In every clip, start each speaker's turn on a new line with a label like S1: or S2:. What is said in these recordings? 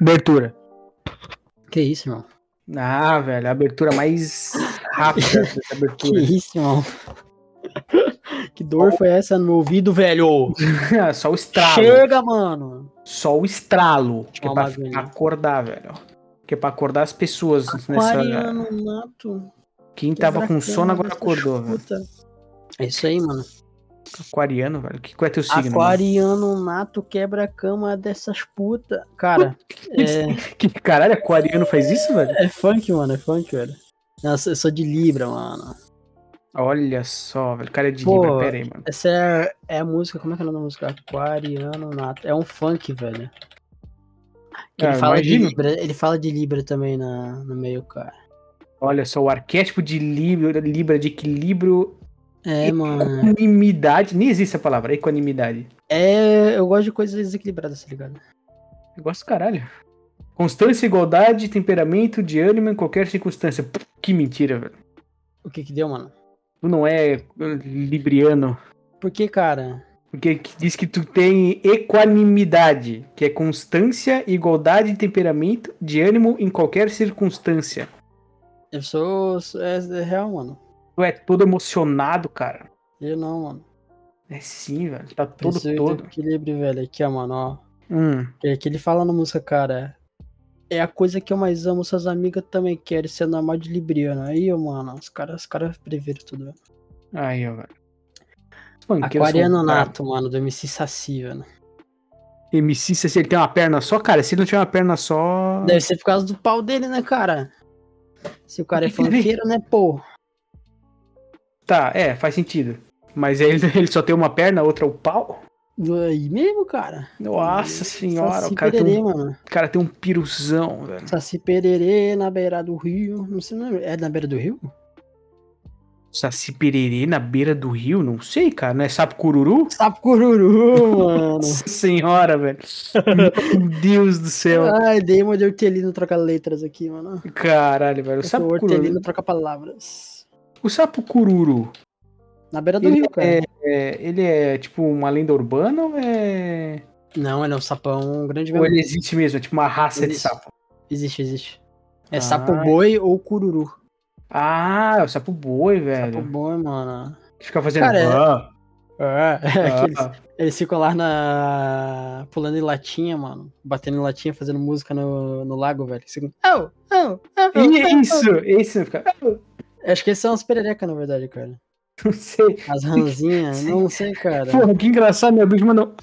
S1: Abertura.
S2: Que isso, irmão?
S1: Ah, velho, a abertura mais rápida dessa
S2: Que
S1: abertura.
S2: isso, irmão? que dor foi essa no ouvido, velho?
S1: só o estralo.
S2: Chega, mano.
S1: Só o estralo. Que é
S2: Ó, um
S1: pra
S2: bagulho.
S1: acordar, velho. Que é pra acordar as pessoas nessa.
S2: Aquariano nato.
S1: Quem tava com
S2: Dracena
S1: sono agora
S2: dessa
S1: acordou, velho.
S2: puta. É isso aí, mano.
S1: Aquariano, velho. Que, qual é teu signo?
S2: Aquariano nato quebra a cama dessas puta. Cara, é,
S1: mano? Que caralho, aquariano faz isso, velho?
S2: é funk, mano. É funk, velho. Nossa, eu sou de Libra, mano.
S1: Olha só, velho. Cara de
S2: Pô,
S1: Libra, pera aí, mano.
S2: Essa é, é a música. Como é que é o nome da música? Aquariano nato. É um funk, velho. Que
S1: Cara,
S2: ele, fala de
S1: imagina.
S2: Libra, ele fala de Libra também na, no meio, cara.
S1: Olha só, o arquétipo de Libra, Libra de equilíbrio,
S2: É, mano.
S1: equanimidade. Nem existe a palavra, equanimidade.
S2: É, eu gosto de coisas desequilibradas, tá ligado?
S1: Eu gosto do caralho. Constância, igualdade, temperamento de ânimo em qualquer circunstância. Pff, Que mentira, velho.
S2: O que que deu, mano?
S1: Tu não é eh, libriano.
S2: Porque, cara,
S1: Porque que- diz que tu tem equanimidade, que é constância, igualdade e temperamento de ânimo em qualquer circunstância.
S2: eu sou. sou- É, é real, mano.
S1: Tu é todo emocionado, cara.
S2: Eu não, mano.
S1: É sim, velho. Tá todo,
S2: Preciso
S1: todo.
S2: do equilíbrio, velho. Aqui, ó, mano, ó.
S1: Hum.
S2: É que ele fala na música, cara. É a coisa que eu mais amo, suas amigas também querem ser normal de Libriano. Aí, ó, mano, os caras os caras preveram tudo. velho.
S1: Aí, ó, velho. Os funkeiros
S2: Aquariano
S1: são-
S2: Nato, mano, do MC Saci, velho.
S1: Ah, MC, se ele tem uma perna só, cara, se ele não tiver uma perna só.
S2: Deve ser por causa do pau dele, né, cara? Se o cara é
S1: Que que ele-
S2: funkeiro, né, pô?
S1: Tá, é, faz sentido. Mas ele, ele só tem uma perna, a outra é o pau?
S2: Aí mesmo, cara.
S1: Nossa senhora,
S2: Saci
S1: o cara tem,
S2: pererê,
S1: um,
S2: mano.
S1: o cara tem um piruzão, velho.
S2: Saci Pererê na beira do rio. Não sei, não é é na beira do rio?
S1: Saci pererê na beira do rio? Não sei, cara. Não é sapo cururu?
S2: Sapo cururu, mano.
S1: Nossa senhora, velho. Meu Deus do céu.
S2: Ai, Damon de Hortelino troca letras aqui, mano.
S1: Caralho, velho. O
S2: Eu sou
S1: sapo
S2: Hortelino
S1: cururu.
S2: troca palavras.
S1: O sapo cururu.
S2: Na beira Tá do
S1: Ele
S2: rio, cara.
S1: é, é- ele é tipo uma lenda urbana ou é.
S2: Não, ele é um sapão grande
S1: Ou
S2: mesmo.
S1: ele existe mesmo, é tipo uma raça de
S2: Existe.
S1: sapo.
S2: Existe, existe.
S1: Ah.
S2: É sapo boi ou cururu.
S1: Ah, é o sapo boi,
S2: Sapo
S1: velho.
S2: boi, mano.
S1: Que fica fazendo.
S2: Cara, é-
S1: "Ah,
S2: É,
S1: ah".
S2: que eles, eles ficam lá na. pulando em latinha, mano. Batendo em latinha, fazendo música no, no lago, velho. Eles ficam, "Au, au, au, au, au".
S1: E isso, isso. Fica... "Ah,
S2: Acho que esses são as pererecas, na verdade, cara.
S1: Não sei.
S2: As ranzinhas,
S1: Sim.
S2: não sei, cara.
S1: Porra, que engraçado, meu bicho mandou.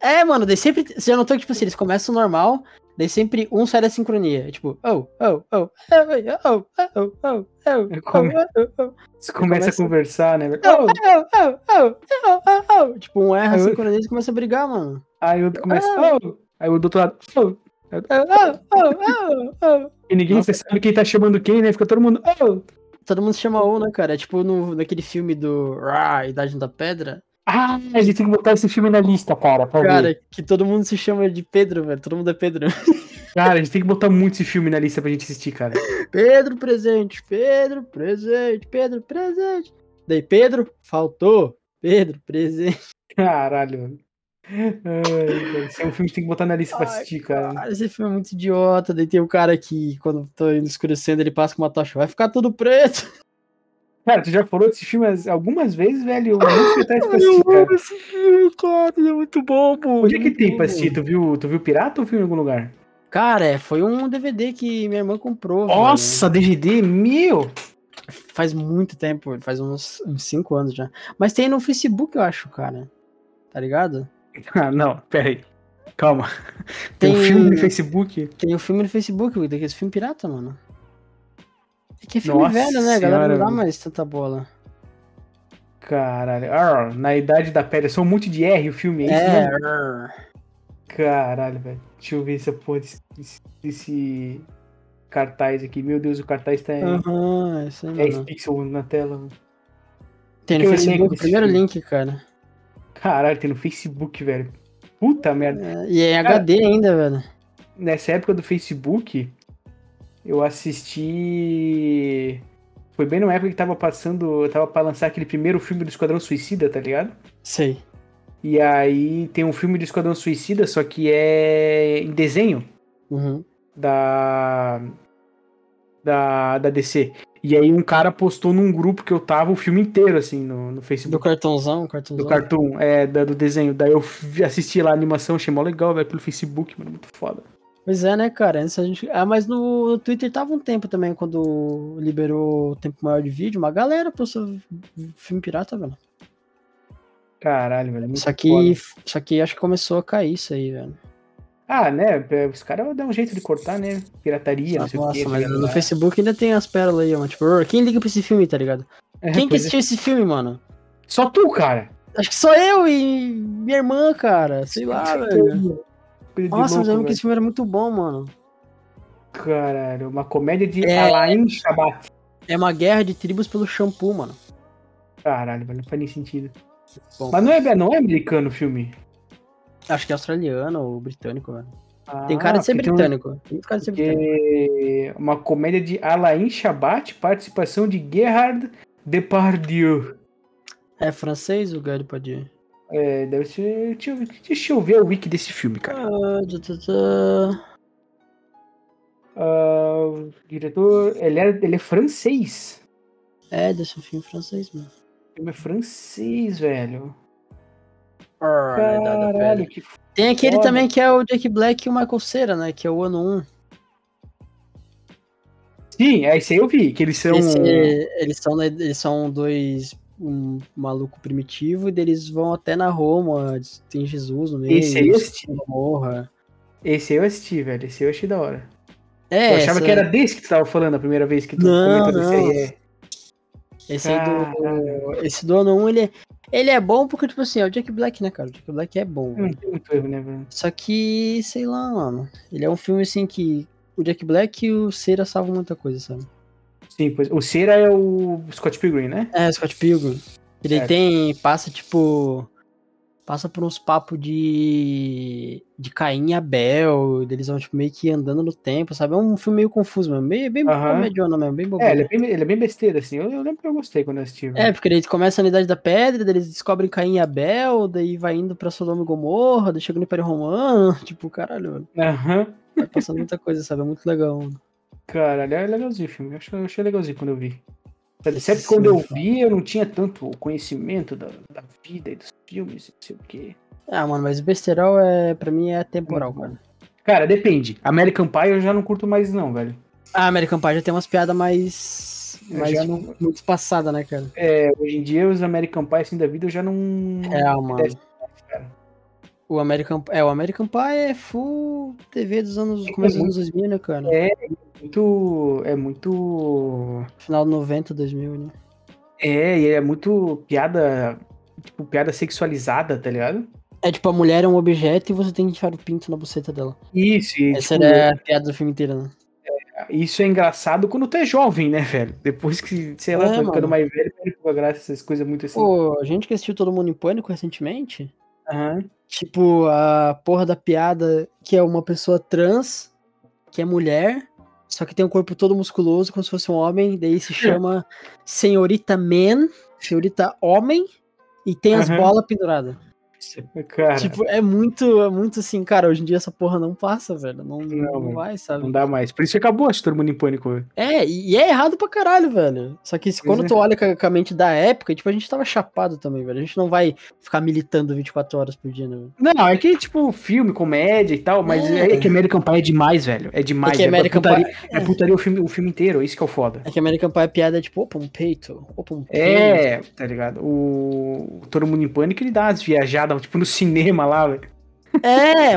S2: É, mano, daí sempre. Você já notou que, tipo assim, eles começam normal, daí sempre um sai da sincronia. É Tipo, oh, oh, oh, oh, oh, oh, oh, oh, oh,
S1: Eu
S2: oh,
S1: come-
S2: oh, oh, oh,
S1: Você começa
S2: Começa-
S1: a conversar, né? velho?
S2: Não,
S1: "Ah,
S2: oh, oh, oh, oh, oh, oh. Tipo, um erra a
S1: Eu-
S2: sincronia e começa a brigar, mano.
S1: Aí eu começo. "Ah". Aí o do outro lado. "Ah".
S2: Oh, oh, oh, oh, oh.
S1: E ninguém
S2: Nossa.
S1: sabe quem tá chamando quem, né? Fica todo mundo. "Ah".
S2: Todo mundo se chama O, né, cara? É tipo no, naquele filme do Ra, Idade da Pedra.
S1: Ah, a gente tem que botar esse filme na lista, cara. pra ver."
S2: Cara, que todo mundo se chama de Pedro, velho. Todo mundo é Pedro.
S1: cara, a gente tem que botar muito esse filme na lista pra gente assistir, cara.
S2: Pedro presente, Pedro presente, Pedro presente. Daí Pedro faltou, Pedro presente.
S1: Caralho, mano. Ai, cara, esse é um filme que tem que botar na lista pra
S2: Ai,
S1: assistir, cara.
S2: Cara, esse filme é muito idiota. Daí tem o cara que, quando tá indo escurecendo, ele passa com uma tocha, vai ficar tudo preto.
S1: Cara, tu já falou desse filme as- algumas vezes, velho. Eu não sei atrás pra
S2: Ai, Eu
S1: assistir, cara.
S2: amo esse filme, cara, ele é muito bom, pô.
S1: Onde é
S2: ele
S1: que
S2: muito
S1: tem pra
S2: bom.
S1: assistir? Tu viu, tu viu Pirata ou viu em algum lugar?
S2: Cara, é, foi um DVD que minha irmã comprou. velho.
S1: Nossa, DVD, meu!
S2: Faz muito tempo, faz uns 5 anos já. Mas tem no Facebook, eu acho, cara. Tá ligado?
S1: Ah, não, peraí. Calma. Tem um
S2: Tem-
S1: filme no Facebook?
S2: Tem o filme no Facebook, Wida, que é esse filme pirata, mano. É que é filme
S1: Nossa
S2: velho, né? A galera
S1: senhora,
S2: não dá
S1: mano.
S2: mais tanta bola.
S1: Caralho. Ah, na Idade da Pedra. São um monte de R o filme, é isso
S2: É,
S1: mesmo?
S2: arr.
S1: Caralho, velho. Deixa eu ver essa porra desse, desse- desse cartaz aqui. Meu Deus, o cartaz tá em
S2: aham, é isso aí,
S1: 10
S2: mano.
S1: pixels na tela. mano.
S2: Tem
S1: que
S2: no
S1: eu
S2: Facebook,
S1: elenco
S2: o
S1: esse
S2: primeiro
S1: filme?
S2: link, cara.
S1: Caralho, tem no Facebook, velho. Puta merda.
S2: É, E é em
S1: Cara-
S2: HD ainda, velho.
S1: nessa época do Facebook, eu assisti. Foi bem na época que tava passando. Tava pra lançar aquele primeiro filme do Esquadrão Suicida, tá ligado?
S2: Sei.
S1: E aí tem um filme do Esquadrão Suicida, só que é em desenho.
S2: Uhum.
S1: da, da, da DC. E aí um cara postou num grupo que eu tava o filme inteiro, assim, no, no
S2: Do
S1: Facebook.
S2: cartãozão,
S1: Do,
S2: cartãozão.
S1: cartoon, é, da- do desenho. Daí eu vi- assisti lá a animação, achei mó legal, velho, pelo Facebook, mano, muito foda.
S2: Pois é, né, cara? Antes a gente... Ah, mas no Twitter tava um tempo também, quando liberou o tempo maior de vídeo, uma galera postou filme pirata, velho.
S1: Caralho, velho, muito
S2: Só que,
S1: foda.
S2: só que acho que começou a cair isso aí, velho.
S1: Ah, né, é, os caras dão um jeito de cortar, né, pirataria, não sei o
S2: Ah, Nossa,
S1: quê. tá
S2: mas
S1: ligado?
S2: no Facebook ainda tem as pérolas aí, mano. Tipo, "Ô, quem liga pra esse filme, tá ligado?
S1: É,
S2: Quem que
S1: pois é.
S2: assistiu esse filme, mano?
S1: Só tu, cara.
S2: Acho que só eu e minha irmã, cara. Sei lá, velho.
S1: Coisa de
S2: Nossa, mas eu
S1: louco,
S2: lembro que esse filme era muito bom, mano.
S1: velho. Caralho, uma comédia de
S2: É.
S1: Alain Chabat.
S2: É uma guerra de tribos pelo shampoo, mano.
S1: Caralho, velho, não faz nem sentido.
S2: Bom,
S1: Mas não é, não é americano o filme.
S2: acho que é australiano ou britânico, velho. Tem
S1: Ah,
S2: cara de ser
S1: porque tem um-
S2: britânico. né? Tem muito cara de ser britânico.
S1: Porque uma comédia de Alain Chabat, participação de Gerard Depardieu.
S2: É francês o Gary Padier?
S1: É, deve ser. Deixa eu, deixa eu ver o wiki desse filme, cara.
S2: Ah, tã, tã, tã.
S1: Ah, o diretor. Ele é, ele é francês.
S2: É, desse filme francês, mano.
S1: O filme é francês, velho.
S2: Ah, não é nada, velho.
S1: Caralho, que
S2: Tem aquele
S1: Foda.
S2: também que é o Jack Black e o Michael Cera, né? Que é o ano 1.
S1: Sim, é esse aí eu vi, que eles são.
S2: Esse- eles, são, né, eles são dois um maluco primitivo e daí eles vão até na Roma, tem Jesus no meio,
S1: Esse aí eu assisti.
S2: morra.
S1: Esse aí eu assisti, velho. Esse aí eu achei da hora.
S2: É,
S1: eu achava
S2: essa-
S1: que era desse que tu tava falando a primeira vez que tu
S2: Não,
S1: comentou desse
S2: não.
S1: aí. É.
S2: esse aí é do, esse do ano 1, ele é, ele é bom porque, tipo assim, é o Jack Black, né, cara? O Jack Black é bom.
S1: Não tem muito erro, né, velho?
S2: Só que, sei lá, mano. Ele é um filme, assim, que o Jack Black e o Cera salvam muita coisa, sabe?
S1: Sim, pois. O Cera é o Scott Pilgrim, né?
S2: É, Scott Pilgrim. Ele
S1: Certo.
S2: tem. Passa, tipo. Passa por uns papos de. De Caim e Abel. Eles vão, tipo, meio que andando no tempo, sabe? É um filme meio confuso mesmo. Meio, bem
S1: Aham.
S2: comediona mesmo, bem bobo.
S1: É,
S2: É,
S1: ele é bem, ele é bem besteira, assim. Eu, eu lembro que eu gostei quando eu assisti. velho.
S2: porque ele começa na Idade da Pedra, daí eles descobrem Caim e Abel, daí vai indo pra Sodoma e Gomorra, daí chega no Império Romano. Tipo, caralho, mano,
S1: Aham.
S2: vai passando muita coisa, sabe? É muito legal. mano.
S1: Caralho, é legalzinho o filme. Eu achei, eu achei legalzinho quando eu vi.
S2: Esse é
S1: Sempre quando eu
S2: filme,
S1: vi, eu não tinha tanto conhecimento da, da vida e dos filmes, não sei o quê.
S2: Ah, mano, mas o besterol é, pra mim é temporal,
S1: Muito bom.
S2: cara.
S1: Cara, depende. American Pie eu já não curto mais, não, velho.
S2: Ah, American Pie já tem umas piadas mais.
S1: Eu
S2: mais
S1: já não-
S2: muito passadas, né, cara?
S1: É, hoje em dia, os American Pie assim da vida eu já não.
S2: É, mano.
S1: Uhum. Deve- cara.
S2: O American, é, o American Pie é full TV dos anos.
S1: É
S2: Começo dos
S1: muito-
S2: anos 2000, né, cara?
S1: É muito. É muito.
S2: Final de 90, 2000, né?
S1: É, e é muito piada. Tipo, piada sexualizada, tá ligado?
S2: É tipo, a mulher é um objeto e você tem que enfiar o pinto na buceta dela.
S1: Isso, e,
S2: Essa
S1: tipo,
S2: era a piada do filme inteiro, né?
S1: isso é engraçado quando tu é jovem, né, velho? Depois que, sei lá,
S2: É,
S1: tu vai ficando
S2: mano.
S1: mais velho, perde um pouco a graça, essas coisas muito assim.
S2: Pô, a gente que assistiu Todo Mundo em Pânico recentemente,
S1: Aham.
S2: tipo, a porra da piada que é uma pessoa trans, que é mulher, só que tem um corpo todo musculoso, como se fosse um homem, daí se chama Senhorita Man, Senhorita Homem, e tem as
S1: Aham.
S2: bolas penduradas.
S1: Cara,
S2: Tipo, é muito, é muito assim, cara, hoje em dia essa porra não passa, velho. Não,
S1: Não,
S2: não
S1: velho.
S2: vai,
S1: não
S2: sabe?
S1: dá mais. Por isso que acabou acho, todo mundo em pânico. velho.
S2: É, e e é errado pra caralho, velho. Só que se,
S1: Pois
S2: quando
S1: é.
S2: tu olha com a- com a mente da época, tipo, a gente tava chapado também, velho. A gente não vai ficar militando 24 horas por dia, né? velho?
S1: Não, é que, tipo, filme, comédia e tal, mas é,
S2: É.
S1: que American Pie é demais, velho. É demais.
S2: É que American
S1: putaria,
S2: Pie.
S1: é putaria o filme, o filme inteiro, isso que é o foda.
S2: É que American Pie é piada tipo, opa, um peito, opa, um peito.
S1: É, tá ligado? O, o Todo Mundo em Pânico, ele dá as viajadas, tipo, no cinema lá, velho.
S2: É,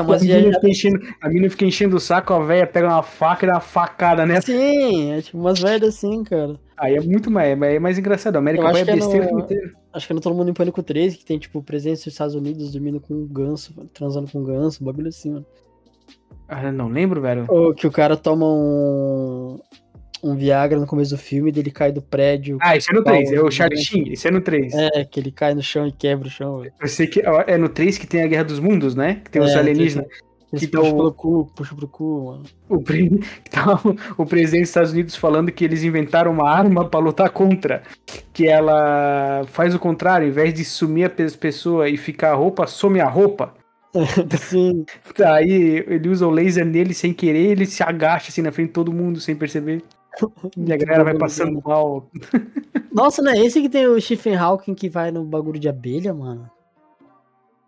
S2: umas
S1: a, mina
S2: viagens.
S1: fica enchendo, a mina fica enchendo o saco, a velha pega uma faca e dá uma facada nessa.
S2: Sim, é tipo umas velhas assim, cara.
S1: Aí é muito mais, é mais engraçado. American
S2: Eu
S1: Pie
S2: acho
S1: é
S2: que é
S1: besteira
S2: no-
S1: o filme inteiro.
S2: Acho que é no Todo Mundo em Pânico 13, que tem, tipo, presença dos Estados Unidos dormindo com um ganso, velho, transando com um ganso, um bagulho assim, mano.
S1: Ah, eu não lembro, velho.
S2: Ou que o cara toma um, um Viagra no começo do filme e daí ele cai do prédio.
S1: Ah, esse é no 3, é
S2: Qual-
S1: o Charlie Sheen, esse é no 3.
S2: né? É, que ele cai no chão e quebra o chão. velho.
S1: Eu sei que é no 3 que tem a Guerra dos Mundos, né? Que tem os
S2: É,
S1: alienígenas.
S2: Eles
S1: Que
S2: puxam
S1: dá o-
S2: pelo cu, puxa pro cu, mano.
S1: O, pre- que tá o- o presidente dos Estados Unidos falando que eles inventaram uma arma pra lutar contra. Que ela faz o contrário, ao invés de sumir a pe- pessoa e ficar a roupa, some a roupa.
S2: Sim.
S1: Tá, aí ele usa o laser nele sem querer, ele se agacha assim na frente de todo mundo sem perceber. E a galera vai passando mal.
S2: Nossa, não é esse que tem o Stephen Hawking que vai no bagulho de abelha, mano?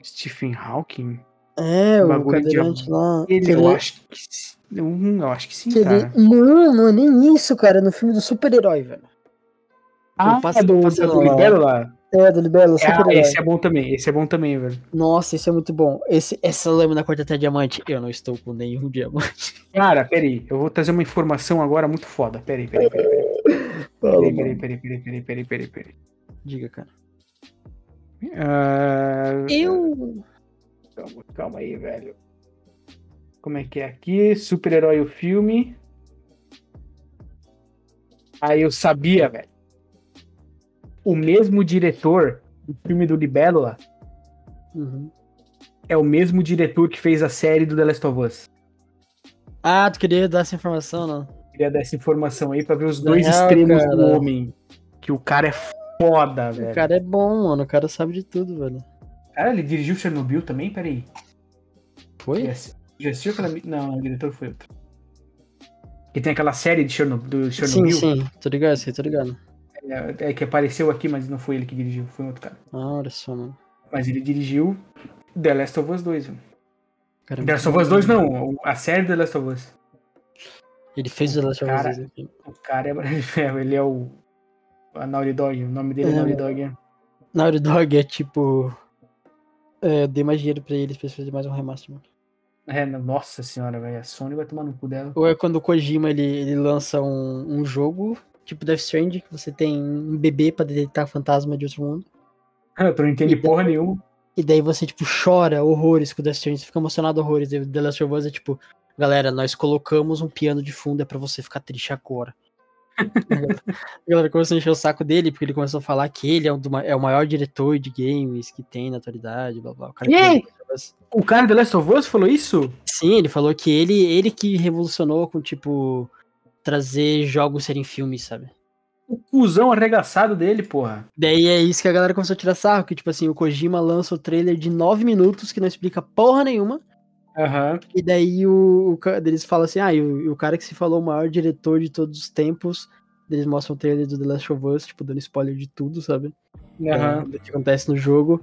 S1: Stephen Hawking?
S2: É, o,
S1: Bagulho de
S2: cadeirante lá.
S1: Ele,
S2: que
S1: eu acho que. s- Hum, eu acho que sim,
S2: que ele-
S1: cara.
S2: Não, não é nem isso, cara. É no filme do super-herói, velho.
S1: Ah,
S2: passa-
S1: do,
S2: passa
S1: do
S2: lá.
S1: Libero lá.
S2: É, do Libelo,
S1: Ah,
S2: super-herói.
S1: esse é bom também, esse é bom também, velho.
S2: Nossa, isso é muito bom. Esse, essa lâmina corta até diamante. Eu não estou com nenhum diamante.
S1: Cara, peraí, eu vou trazer uma informação agora muito foda. Peraí, peraí, peraí.
S2: Fala,
S1: Peraí,
S2: mano.
S1: peraí, peraí, peraí, peraí, peraí, peraí, peraí.
S2: Diga, cara.
S1: Ah,
S2: Eu.
S1: calma, calma aí, velho. Como é que é aqui? Super-herói o filme. Ah, eu sabia, velho. O mesmo diretor do filme do Libélula
S2: Uhum.
S1: é o mesmo diretor que fez a série do The Last of Us.
S2: Ah, tu queria dar essa informação, não?
S1: Queria dar essa informação aí pra ver os dois
S2: Não,
S1: extremos do
S2: cara.
S1: homem. Que o cara é foda,
S2: O
S1: velho.
S2: cara é bom, mano. O cara sabe de tudo, velho.
S1: Cara, ele dirigiu Chernobyl também? Peraí.
S2: Foi?
S1: Já assi- já assistiu aquela. mi- Não, o diretor foi outro. Que tem aquela série de Chernob- do
S2: Sim,
S1: Chernobyl
S2: sim. Tô ligado, sim, tô ligado.
S1: é, é, que apareceu aqui, mas não foi ele que dirigiu, foi um outro cara.
S2: Ah, olha só, mano.
S1: Mas ele dirigiu The Last of Us 2. viu?
S2: O cara é
S1: The Last of
S2: muito
S1: Us 2 não, o- a série The Last of Us.
S2: bom. Ele fez o The Last of Us
S1: Cara,
S2: dois, né?
S1: O cara é. Ele é o. A Naughty Dog, o nome dele é,
S2: É,
S1: Naughty Dog. é.
S2: Naughty Dog é tipo. É, eu dei mais dinheiro pra eles pra eles fazerem mais um remaster, mano.
S1: É, nossa senhora, velho. A Sony vai tomar no cu dela.
S2: Ou é quando o Kojima ele, ele lança um, um jogo, tipo Death Stranding, que você tem um bebê pra detectar fantasma de outro mundo.
S1: Eu não entendo porra nenhuma.
S2: E daí você, tipo, chora horrores com o Death Stranding, você fica emocionado horrores. E o The Last of Us é tipo, galera, nós colocamos um piano de fundo, é pra você ficar triste agora. a galera começou a encher o saco dele, porque ele começou a falar que ele é, um do ma- é o maior diretor de games que tem na atualidade, blá blá. O cara que fez
S1: Ei!
S2: The Last of Us.
S1: O cara do The Last of Us falou isso?
S2: Sim, ele falou que ele, ele que revolucionou com, tipo, trazer jogos serem filmes, sabe?
S1: O cuzão arregaçado dele, porra.
S2: Daí é isso que a galera começou a tirar sarro, que, tipo assim, o Kojima lança o trailer de 9 minutos que não explica porra nenhuma,
S1: Aham.
S2: e daí o, o ca- eles falam assim, ah, e o, e o cara que se falou o maior diretor de todos os tempos, eles mostram o trailer do The Last of Us, tipo, dando spoiler de tudo, sabe? É,
S1: Aham.
S2: Do que acontece no jogo.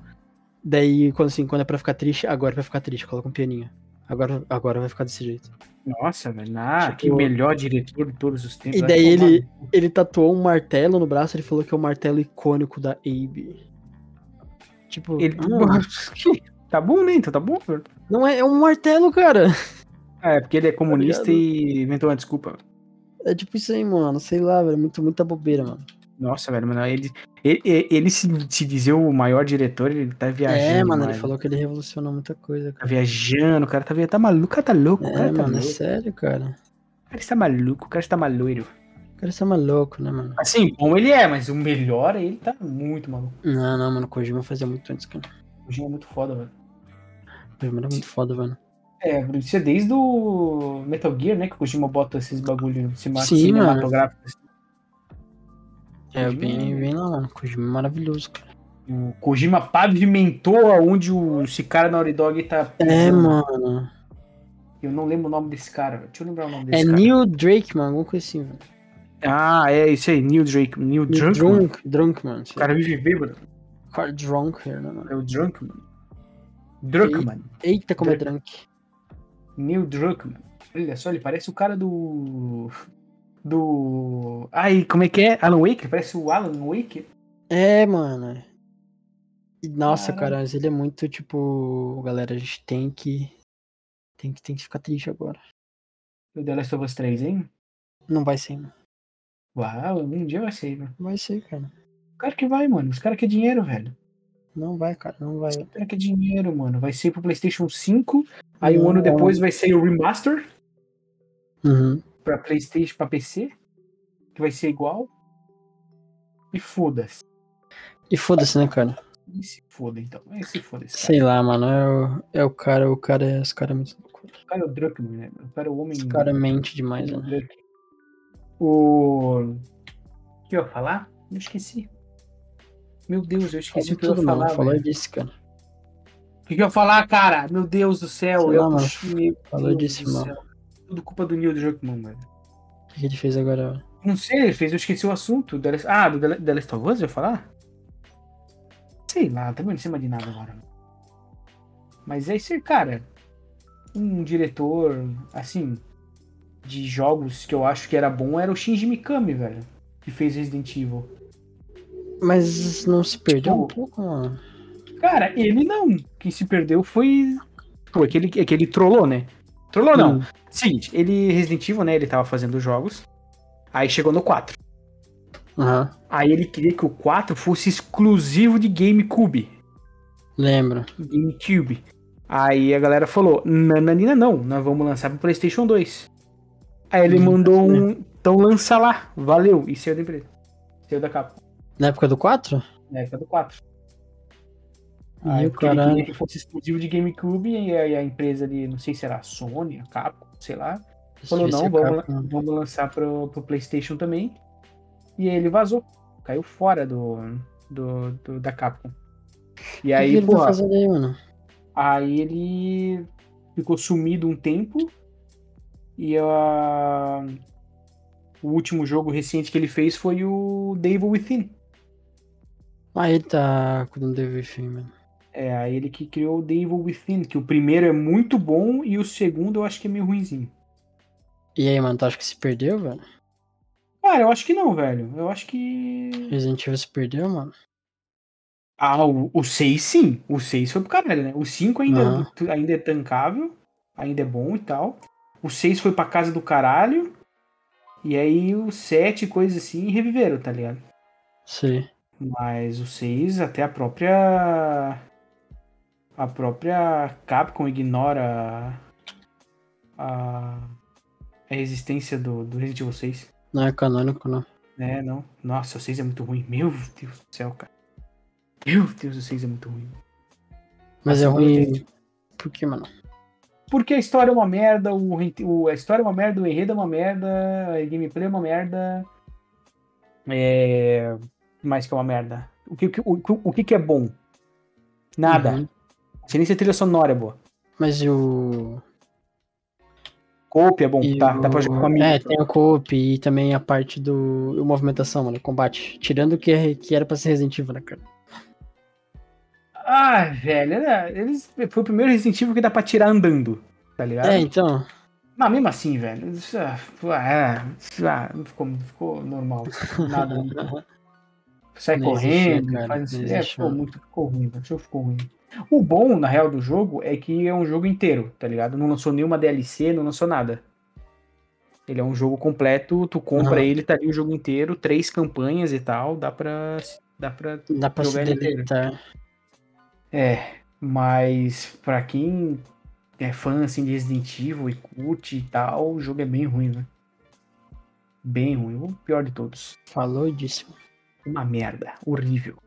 S2: Daí, quando assim, quando é pra ficar triste, agora é pra ficar triste, coloca um pianinho. Agora, agora vai ficar desse jeito.
S1: Nossa, velho. Ah,
S2: Tipo-
S1: que melhor diretor de todos os tempos. é
S2: E
S1: Vai
S2: daí
S1: tomar
S2: ele-
S1: no cu.
S2: Ele tatuou um martelo no braço, ele falou que é o martelo icônico da Abe. Tipo,
S1: Ele...
S2: ah,
S1: tá bom, né? Então tá bom. velho.
S2: não é, é um martelo, cara.
S1: É, porque ele é comunista
S2: ligado?
S1: e inventou uma desculpa.
S2: É tipo isso aí, mano. Sei lá, velho. Muito, muita bobeira, mano.
S1: Nossa, velho, mano, ele, ele, ele- ele se, se dizer o maior diretor, ele tá viajando.
S2: é, mano,
S1: demais.
S2: ele falou que ele revolucionou muita coisa,
S1: Tá
S2: cara.
S1: viajando, o cara tá, via- tá maluco, o cara tá louco, o
S2: É,
S1: cara tá
S2: mano, é
S1: louco.
S2: sério, cara.
S1: O cara está maluco, o cara está maloiro.
S2: O cara tá maluco, né, mano?
S1: Assim, bom ele é, mas o melhor ele tá muito maluco.
S2: Não, não, mano. O Kojima fazia muito antes, cara.
S1: O Jean é muito foda, velho.
S2: O Kojima era muito foda, velho.
S1: É, Bruno, isso é desde o Metal Gear, né? Que o Kojima bota esses bagulho cima-
S2: Sim,
S1: cinematográficos.
S2: É,
S1: Kojima-
S2: bem, bem lá, mano. O Kojima é maravilhoso, cara.
S1: O Kojima pavimentou aonde o, esse cara na Naughty Dog tá
S2: É,
S1: pisando.
S2: mano.
S1: Eu não lembro o nome desse cara, velho. Deixa eu lembrar o nome desse
S2: É
S1: cara.
S2: Neil Drake, mano. Alguma coisa assim, velho.
S1: Ah, é isso aí, Neil Drake. Neil
S2: Neil
S1: Drunk, mano.
S2: Drunk, drunk, mano.
S1: O cara vive bêbado.
S2: Cara drunk, né, mano?
S1: É o Drunk, mano. Drunk,
S2: Sim.
S1: mano.
S2: Eita, como é
S1: Drunk.
S2: drunk.
S1: Neil Drunk, mano. Olha só, ele parece o cara do... Do... Ai, como é que é? Alan Wake? Parece o Alan Wake?
S2: É, mano. E, Nossa,
S1: Caralho.
S2: cara, mas ele é muito tipo. Galera, a gente tem que. Tem que, tem que ficar triste agora.
S1: Do The Last of Us 3, hein?
S2: Não vai ser, mano.
S1: Uau, um dia vai ser, mano.
S2: Não vai ser, cara.
S1: O cara que vai, mano. Os caras que é dinheiro, velho.
S2: Não vai, cara. Não vai.
S1: Pera que é dinheiro, mano. Vai ser pro PlayStation 5. Aí um ano
S2: Não.
S1: depois vai ser o remaster
S2: Uhum.
S1: pra PlayStation, pra PC, que vai ser igual. E foda-se.
S2: E foda-se, né, cara?
S1: E se foda então. E se foda esse cara.
S2: Sei lá, mano. É o, é o cara, o cara é. Os caras é muito loucura.
S1: O cara é o Druckmann, né? O cara é o homem.
S2: Os caras mente demais,
S1: o
S2: né?
S1: Druck. O. O que eu ia falar? Eu esqueci. Meu Deus, eu esqueci o
S2: Falou
S1: É que eu ia
S2: tudo, mano.
S1: falar.
S2: Falou
S1: velho.
S2: disso, cara.
S1: O que eu ia falar, cara? Meu Deus do céu.
S2: Sei
S1: É, eu
S2: lá, mano.
S1: puxei- meu
S2: Falou
S1: Deus
S2: disso,
S1: do
S2: mano.
S1: céu. Tudo culpa do Neil do Druckmann, velho.
S2: O que ele fez agora?
S1: Não sei, ele fez, eu esqueci o assunto. The Last- Ah, do The The Last of Us, eu ia falar? Sei lá, tá também não sei mais de nada agora. Mas é isso aí, cara. Um diretor, assim, de jogos que eu acho que era bom era o Shinji Mikami, velho. Que fez Resident Evil.
S2: Mas não se perdeu um
S1: Tipo,
S2: pouco, mano?
S1: Cara, ele não. Quem se perdeu foi. Pô, é aquele, aquele trollou, né? Trollou não.
S2: Hum,
S1: Seguinte, ele, Resident Evil, né? Ele tava fazendo os jogos. Aí chegou no 4.
S2: Aham.
S1: Aí ele queria que o 4 fosse exclusivo de GameCube.
S2: Lembro.
S1: GameCube. Aí a galera falou: Nananina, não, nós vamos lançar pro PlayStation 2. Aí ele
S2: Hum,
S1: mandou um. Então lança lá, valeu. E saiu da empresa. Saiu da capa.
S2: Na época do 4?
S1: Na época do 4.
S2: Ih,
S1: Aí porque ele
S2: caralho.
S1: queria que fosse exclusivo de GameCube e a, e a empresa de, não sei se era a Sony, a Capcom, sei lá, falou
S2: Devia
S1: não,
S2: ser
S1: vamos,
S2: Capcom.
S1: vamos lançar pro, pro PlayStation também. E aí ele vazou, caiu fora do, do, do- da Capcom. E
S2: o que
S1: aí,
S2: ele tá
S1: porra,
S2: fazendo aí, mano?
S1: Aí ele ficou sumido um tempo. E a... o último jogo recente que ele fez foi o Devil Within.
S2: Ah, ele tá cuidando do Everything, mano.
S1: É, aí ele que criou o Devil Within, que o primeiro é muito bom e o segundo eu acho que é meio ruinzinho.
S2: E aí, mano, tu acha que se perdeu, velho?
S1: Cara, eu acho que não, velho. Eu acho que.
S2: Resident Evil se perdeu, mano?
S1: Ah, o, o 6 sim. O 6 foi pro caralho, né? O 5 ainda,
S2: Aham.
S1: tu- ainda é tancável, ainda é bom e tal. O 6 foi pra casa do caralho. E aí o 7, coisa assim, reviveram, tá ligado?
S2: Sei.
S1: Mas o 6, até a própria. A própria Capcom ignora a, a, a resistência do, do Resident Evil 6.
S2: Não é canônico, não.
S1: É, não. Nossa, o 6 é muito ruim. Meu Deus do céu, cara. Meu Deus, o 6 é muito ruim. Nossa,
S2: Mas é
S1: eu
S2: ruim. Por que, mano?
S1: Porque a história é uma merda, o, ren- o- a história é uma merda, o enredo é uma merda, a gameplay é uma merda. É. o que Mais que é uma merda. O que, o, que- o, que- o que que é bom? Nada.
S2: Uhum.
S1: Sei nem se a trilha sonora é boa.
S2: Mas e o.
S1: Coop é bom,
S2: e
S1: tá?
S2: o...
S1: Dá pra jogar com né? amigo.
S2: É, tem o co-op e também a parte do. e movimentação, mano. Combate. Tirando o que, é- que era pra ser Resident Evil, né, cara?
S1: Ah, velho, era- eles, foi o primeiro Resident Evil que dá pra tirar andando, tá ligado?
S2: É, então.
S1: Mas mesmo assim, velho, isso, ah, ah, isso, ah, não, ficou, não ficou normal, nada. muito bom. Sai
S2: né? Não
S1: correndo,
S2: existia, cara,
S1: faz isso.
S2: não né?
S1: É,
S2: existia.
S1: ficou muito, ficou ruim, velho, o jogo ficou ruim. O bom, na real, do jogo é que é um jogo inteiro, tá ligado? Não lançou nenhuma DLC, não lançou nada. Ele é um jogo completo, tu compra
S2: Aham.
S1: ele, tá ali o jogo inteiro, três campanhas e tal, dá pra, dá pra
S2: Dá pra se
S1: Jogar ele né? inteiro.
S2: deletar.
S1: é, mas pra quem é fã assim de Resident Evil e curte e tal, o jogo é bem ruim, né? Bem ruim, o pior de todos.
S2: Falou disso.
S1: Uma merda, horrível.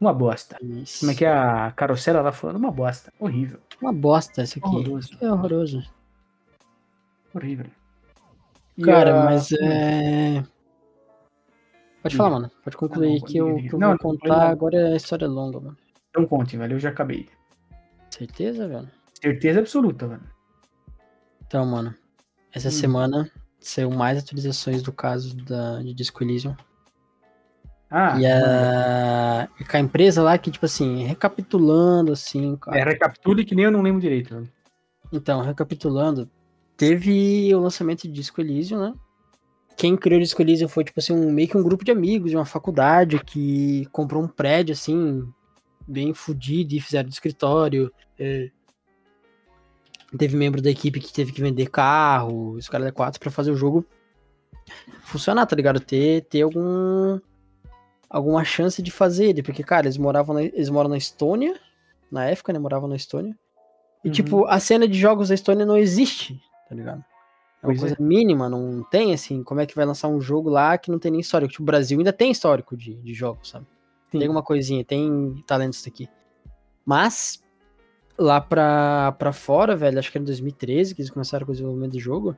S1: Uma bosta.
S2: Mas...
S1: Como é que é a carocela lá falando? Uma bosta, horrível,
S2: Uma bosta isso aqui.
S1: Horroroso.
S2: É horroroso.
S1: horrível. E
S2: Cara,
S1: a-
S2: mas é. Pode
S1: Diga.
S2: falar, mano. Pode
S1: Ah,
S2: concluir
S1: não,
S2: que eu,
S1: diga,
S2: que eu
S1: diga. Não,
S2: vou
S1: não,
S2: contar
S1: não.
S2: agora é história longa, mano.
S1: Não Então conte, velho, eu já acabei.
S2: Certeza, velho?
S1: Certeza absoluta, velho.
S2: Então, mano. Essa
S1: Hum.
S2: semana saiu mais atualizações do caso da, de Disco Elysium.
S1: Ah,
S2: e a, e com a empresa lá que, tipo assim, recapitulando, assim. cara.
S1: é, recapitule que nem eu não lembro direito, velho.
S2: Então, recapitulando, teve o lançamento de Disco Elysium, né? Quem criou o Disco Elysium foi, tipo assim, um, meio que um grupo de amigos de uma faculdade que comprou um prédio, assim, bem fudido e fizeram de escritório. é. Teve membro da equipe que teve que vender carro, os caras da 4 pra fazer o jogo funcionar, tá ligado? Ter, ter algum alguma chance de fazer ele, porque, cara, eles moravam na- eles moram na Estônia, na época, né, moravam na Estônia. E,
S1: Uhum.
S2: tipo, a cena de jogos da Estônia não existe, tá ligado? É uma
S1: Pois é.
S2: coisa mínima, não tem, assim, como é que vai lançar um jogo lá que não tem nem histórico? Tipo, o Brasil ainda tem histórico de, de jogos, sabe?
S1: Sim.
S2: Tem alguma coisinha, tem talentos aqui. Mas, lá pra, pra fora, velho, acho que era em 2013 que eles começaram com o desenvolvimento do jogo,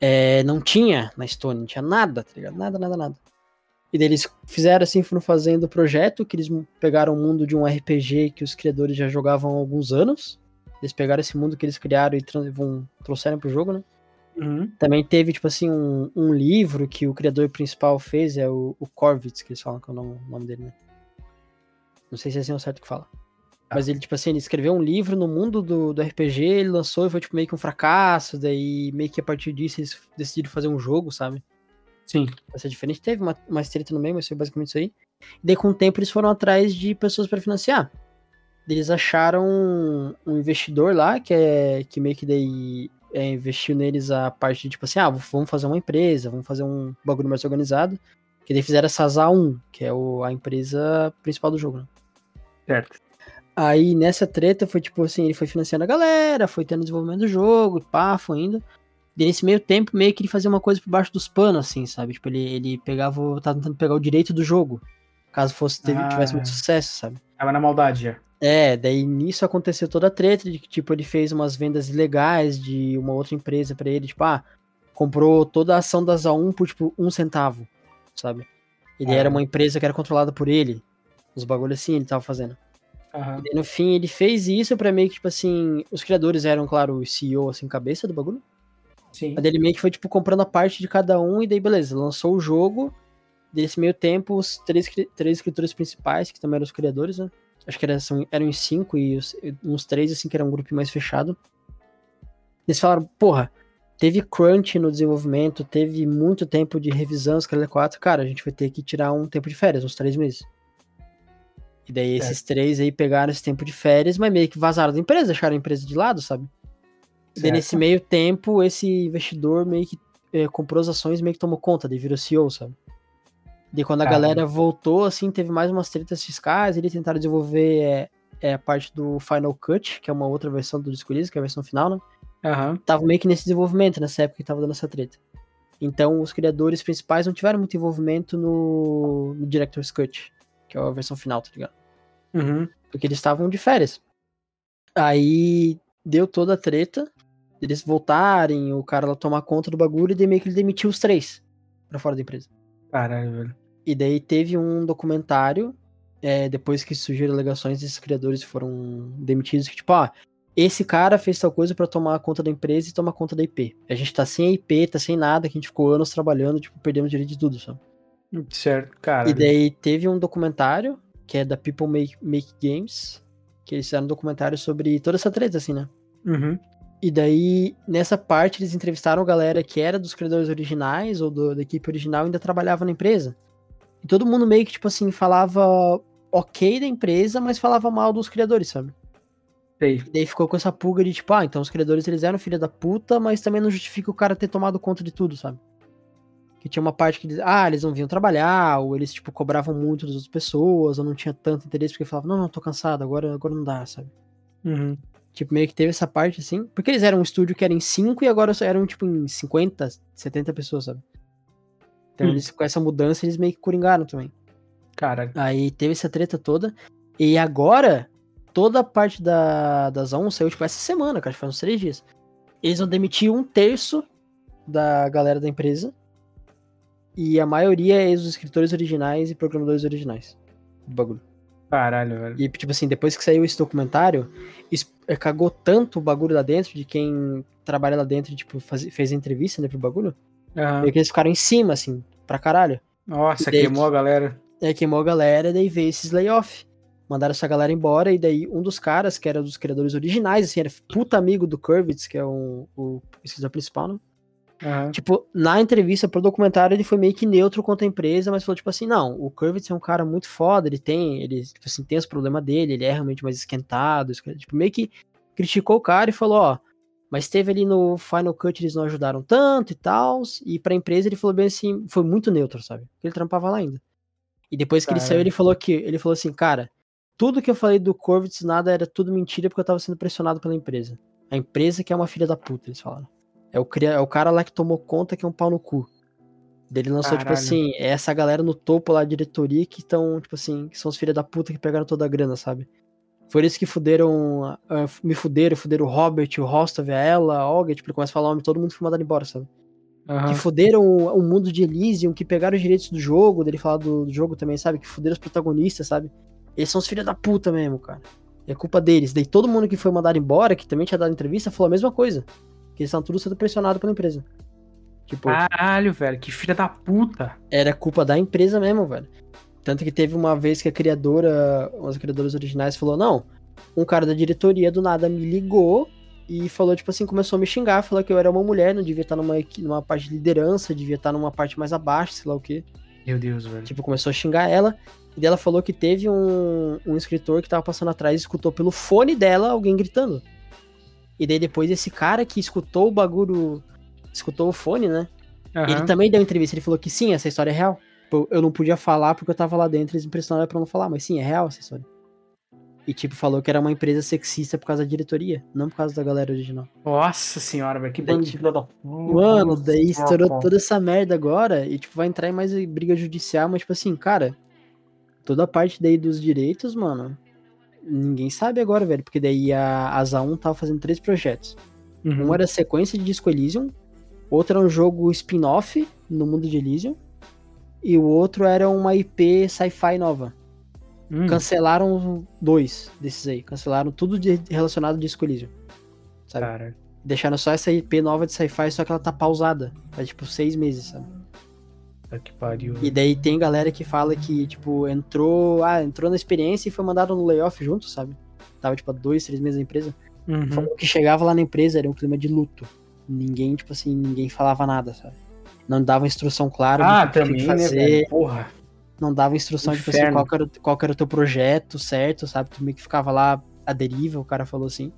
S2: é, não tinha na Estônia, não tinha nada, tá ligado? Nada, nada, nada. E daí eles fizeram assim, foram fazendo o projeto, que eles pegaram o mundo de um RPG que os criadores já jogavam há alguns anos. Eles pegaram esse mundo que eles criaram e trans- vão, trouxeram pro jogo, né?
S1: Uhum.
S2: Também teve, tipo assim, um, um livro que o criador principal fez, é o, o Corvitz, que eles falam que é o nome, o nome dele, né? Não sei se é assim o certo que fala.
S1: Ah.
S2: Mas ele, tipo assim, ele escreveu um livro no mundo do, do RPG, ele lançou e foi, tipo, meio que um fracasso, daí meio que a partir disso eles decidiram fazer um jogo, sabe?
S1: Sim.
S2: vai ser diferente. Teve uma, uma treta no meio, mas foi basicamente isso aí. E daí, com o tempo, eles foram atrás de pessoas para financiar. Eles acharam um, um investidor lá, que é que meio que daí é, investiu neles a parte de, tipo assim, ah, vamos fazer uma empresa, vamos fazer um bagulho mais organizado. Que daí fizeram essa A1, que é o- a empresa principal do jogo, né?
S1: Certo.
S2: Aí nessa treta foi tipo assim, ele foi financiando a galera, foi tendo desenvolvimento do jogo, pá, foi indo. E nesse meio tempo, meio que ele fazia uma coisa por baixo dos panos, assim, sabe? Tipo, ele, ele pegava, o- tava tentando pegar o direito do jogo. Caso fosse, teve-
S1: Ah.
S2: tivesse muito sucesso, sabe?
S1: Tava na maldade já.
S2: É, daí nisso aconteceu toda a treta de que, tipo, ele fez umas vendas ilegais de uma outra empresa pra ele, tipo, ah, comprou toda a ação das A1 por, tipo, um centavo, sabe? Ele era
S1: Ah.
S2: uma empresa que era controlada por ele. Os bagulhos assim ele tava fazendo.
S1: Aham.
S2: E no fim, ele fez isso pra meio que, tipo assim, os criadores eram, claro, o CEO, assim, cabeça do bagulho.
S1: Sim.
S2: Mas ele meio que foi, tipo, comprando a parte de cada um e daí, beleza, lançou o jogo. Desse meio tempo, os três, cri- três escritores principais, que também eram os criadores, né? Acho que era, são, eram os cinco e os- uns três, assim, que era um grupo mais fechado. Eles falaram, porra, teve crunch no desenvolvimento, teve muito tempo de revisão, os caras quatro, cara, a gente vai ter que tirar um tempo de férias, uns três meses. E daí
S1: Certo.
S2: esses três aí pegaram esse tempo de férias, mas meio que vazaram da empresa, deixaram a empresa de lado, sabe? E daí
S1: Certo.
S2: nesse meio tempo, esse investidor meio que eh, comprou as ações, meio que tomou conta, daí virou CEO, sabe? Daí quando a
S1: Caramba.
S2: galera voltou, assim, teve mais umas tretas fiscais, eles tentaram desenvolver eh, eh, a parte do Final Cut, que é uma outra versão do Disco Elysium, que é a versão final, né?
S1: Aham.
S2: tava meio que nesse desenvolvimento nessa época que tava dando essa treta. Então, os criadores principais não tiveram muito envolvimento no, no Director's Cut, que é a versão final, tá ligado?
S1: Uhum.
S2: Porque eles estavam de férias. Aí deu toda a treta, eles voltarem, o cara lá tomar conta do bagulho e daí meio que ele demitiu os três pra fora da empresa.
S1: Caralho, velho.
S2: E daí teve um documentário, é, depois que surgiram alegações desses criadores que foram demitidos, que tipo, ah, esse cara fez tal coisa pra tomar conta da empresa e tomar conta da IP. A gente tá sem a IP, tá sem nada, que a gente ficou anos trabalhando, tipo, perdemos o direito de tudo, sabe?
S1: Certo, cara.
S2: E daí teve um documentário, que é da People Make, Make Games, que eles fizeram um documentário sobre toda essa treta, assim, né?
S1: Uhum.
S2: E daí, nessa parte, eles entrevistaram a galera que era dos criadores originais ou do- da equipe original e ainda trabalhava na empresa. E todo mundo meio que, tipo assim, falava ok da empresa, mas falava mal dos criadores, sabe?
S1: Sei.
S2: E daí ficou com essa pulga de tipo, ah, então os criadores eles eram filha da puta, mas também não justifica o cara ter tomado conta de tudo, sabe? Que tinha uma parte que eles, ah, eles não vinham trabalhar, ou eles, tipo, cobravam muito das outras pessoas, ou não tinha tanto interesse, porque falavam, não, não, tô cansado, agora, agora não dá, sabe?
S1: Uhum.
S2: Tipo, meio que teve essa parte, assim. Porque eles eram um estúdio que era em 5 e agora só eram, tipo, em 50, 70 pessoas, sabe? Então,
S1: Hum.
S2: eles, com essa mudança, eles meio que coringaram também.
S1: Caralho.
S2: Aí teve essa treta toda. E agora, toda a parte da, das 1 saiu, tipo, essa semana, cara, faz uns 3 dias. Eles vão demitir um terço da galera da empresa. E a maioria é os escritores originais e programadores originais. Do bagulho.
S1: Caralho, velho.
S2: E, tipo assim, depois que saiu esse documentário, es- eh, cagou tanto o bagulho lá dentro, de quem trabalha lá dentro, tipo, faz- fez a entrevista, né, pro bagulho,
S1: Aham.
S2: meio que eles ficaram em cima, assim, pra caralho.
S1: Nossa,
S2: E daí-
S1: queimou a galera.
S2: E aí queimou a galera, daí veio esses layoff. Mandaram essa galera embora, e daí um dos caras, que era um dos criadores originais, assim, era puta amigo do Kurvitz, que é um, o pesquisador principal, né?
S1: Aham.
S2: Tipo, na entrevista pro documentário, ele foi meio que neutro contra a empresa, mas falou, tipo assim, não, o Kurvitz é um cara muito foda, ele tem, ele, tipo assim, tem os problemas dele, ele é realmente mais esquentado, esque- tipo, meio que criticou o cara e falou, ó, mas teve ali no Final Cut, eles não ajudaram tanto e tal, e pra empresa ele falou bem assim, foi muito neutro, sabe? Porque ele trampava lá ainda. E depois que ele saiu,
S1: Caralho.
S2: ele falou que, ele falou assim, cara, tudo que eu falei do Kurvitz, nada, era tudo mentira, porque eu tava sendo pressionado pela empresa. A empresa que é uma filha da puta, eles falaram. É o, cria- é o cara lá que tomou conta que é um pau no cu. Daí Ele lançou,
S1: Caralho.
S2: tipo assim, é essa galera no topo lá, diretoria, que estão, tipo assim, que são os filhos da puta que pegaram toda a grana, sabe? Foi eles que fuderam, ah, ah, me fuderam, fuderam o Robert, o Rostov, a ela, a Olga, tipo, ele começa a falar o nome, todo mundo foi mandado embora, sabe? Que fuderam o, o mundo de Elysium, que pegaram os direitos do jogo, dele falar do, do jogo também, sabe? Que fuderam os protagonistas, sabe? Eles são os filhos da puta mesmo, cara. É culpa deles. Daí todo mundo que foi mandado embora, que também tinha dado entrevista, falou a mesma coisa. Que eles estão tudo sendo pressionados pela empresa. Tipo,
S1: Caralho, velho, que filha da puta.
S2: era culpa da empresa mesmo, velho. Tanto que teve uma vez que a criadora, uma das criadoras originais falou, não, um cara da diretoria do nada me ligou e falou, tipo assim, começou a me xingar, falou que eu era uma mulher, não devia estar numa, equi- numa parte de liderança, devia estar numa parte mais abaixo, sei lá o quê.
S1: Meu Deus, velho.
S2: Tipo, começou a xingar ela. E daí ela falou que teve um, um escritor que tava passando atrás e escutou pelo fone dela alguém gritando. E daí depois esse cara que escutou o bagulho, escutou o fone, né? Ele
S1: Aham.
S2: também deu entrevista, ele falou que sim, essa história é real. Tipo, Eu não podia falar porque eu tava lá dentro, eles me pressionaram pra não falar, mas sim, é real essa história. E tipo, falou que era uma empresa sexista por causa da diretoria, não por causa da galera original.
S1: Nossa senhora, velho, que
S2: Daí,
S1: bando de
S2: tipo,
S1: filha da puta.
S2: Mano, daí
S1: é
S2: estourou
S1: Nossa.
S2: toda essa merda agora e, tipo, vai entrar em mais briga judicial, mas, tipo assim, cara, toda a parte daí dos direitos, mano, ninguém sabe agora, velho, porque daí a Asa 1 tava fazendo três projetos.
S1: Uhum.
S2: Um era sequência de Disco Elysium, outro era um jogo spin-off no mundo de Elysium, e o outro era uma IP sci-fi nova.
S1: Hum.
S2: Cancelaram dois desses aí, cancelaram tudo de- relacionado a Disco Elysium. Sabe?
S1: Cara,
S2: Deixaram só essa IP nova de sci-fi, só que ela tá pausada. Faz tipo seis meses, sabe?
S1: puta que pariu.
S2: E daí tem galera que fala que, tipo, entrou. Ah, entrou na experiência e foi mandado no layoff junto, sabe? Tava, tipo, há dois, três meses na empresa.
S1: Uhum.
S2: Falou que chegava lá na empresa, era um clima de luto. Ninguém, tipo assim, ninguém falava nada, sabe? Não dava instrução clara
S1: Ah,
S2: do que tinha
S1: também,
S2: que
S1: né,
S2: fazer.
S1: velho? Porra.
S2: não dava instrução, tipo assim,
S1: Inferno.
S2: qual que, era, qual que era o teu projeto, certo, sabe? Tu meio que ficava lá à deriva, o cara falou assim.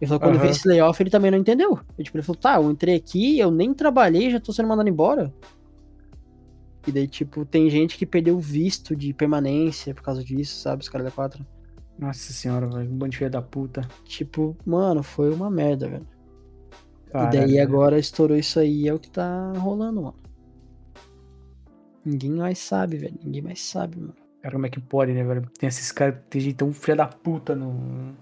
S2: Ele falou, quando
S1: Aham.
S2: veio esse layoff, ele também não entendeu. Ele, tipo, ele falou, tá, eu entrei aqui, eu nem trabalhei, já tô sendo mandado embora. E daí, tipo, tem gente que perdeu o visto de permanência por causa disso, sabe? Os caras da 4.
S1: Nossa senhora, velho, um bando de filha da puta.
S2: Tipo, mano, foi uma merda, velho.
S1: Caralho,
S2: e daí
S1: velho.
S2: agora estourou isso aí, é o que tá rolando, mano. Ninguém mais sabe, velho. Ninguém mais sabe, mano.
S1: Cara, como é que pode, né, velho? Tem esses caras que tem gente tão filha da puta no...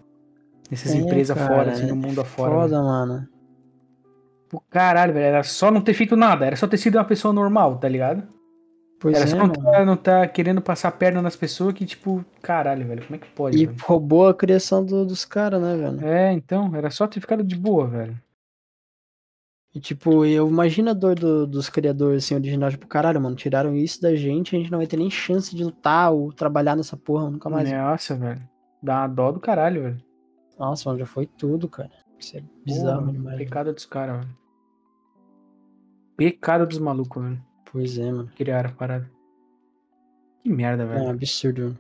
S1: nessas
S2: É,
S1: empresas
S2: cara,
S1: fora, assim,
S2: é
S1: no mundo afora.
S2: Foda, mano.
S1: velho. Pô, Caralho, velho, era só não ter feito nada, era só ter sido uma pessoa normal, tá ligado?
S2: Pois
S1: era
S2: é,
S1: só não
S2: mano.
S1: tá, não tá querendo passar a perna nas pessoas que, tipo, caralho, velho, como é que pode,
S2: E
S1: velho?
S2: roubou a criação do- dos caras, né, velho?
S1: É, então, era só ter ficado de boa, velho.
S2: E tipo, eu imagino a dor do- dos criadores assim, original, tipo, caralho, mano, tiraram isso da gente, a gente não vai ter nem chance de lutar ou trabalhar nessa porra nunca mais.
S1: Nossa, velho. Dá uma dó do caralho, velho.
S2: Nossa, mano, já foi tudo, cara. Isso é bizarro
S1: Porra,
S2: demais. velho.
S1: Pecado dos caras, velho. Pecado dos malucos, velho.
S2: Pois é, mano.
S1: Criaram a parada. Que merda,
S2: É
S1: velho.
S2: um absurdo.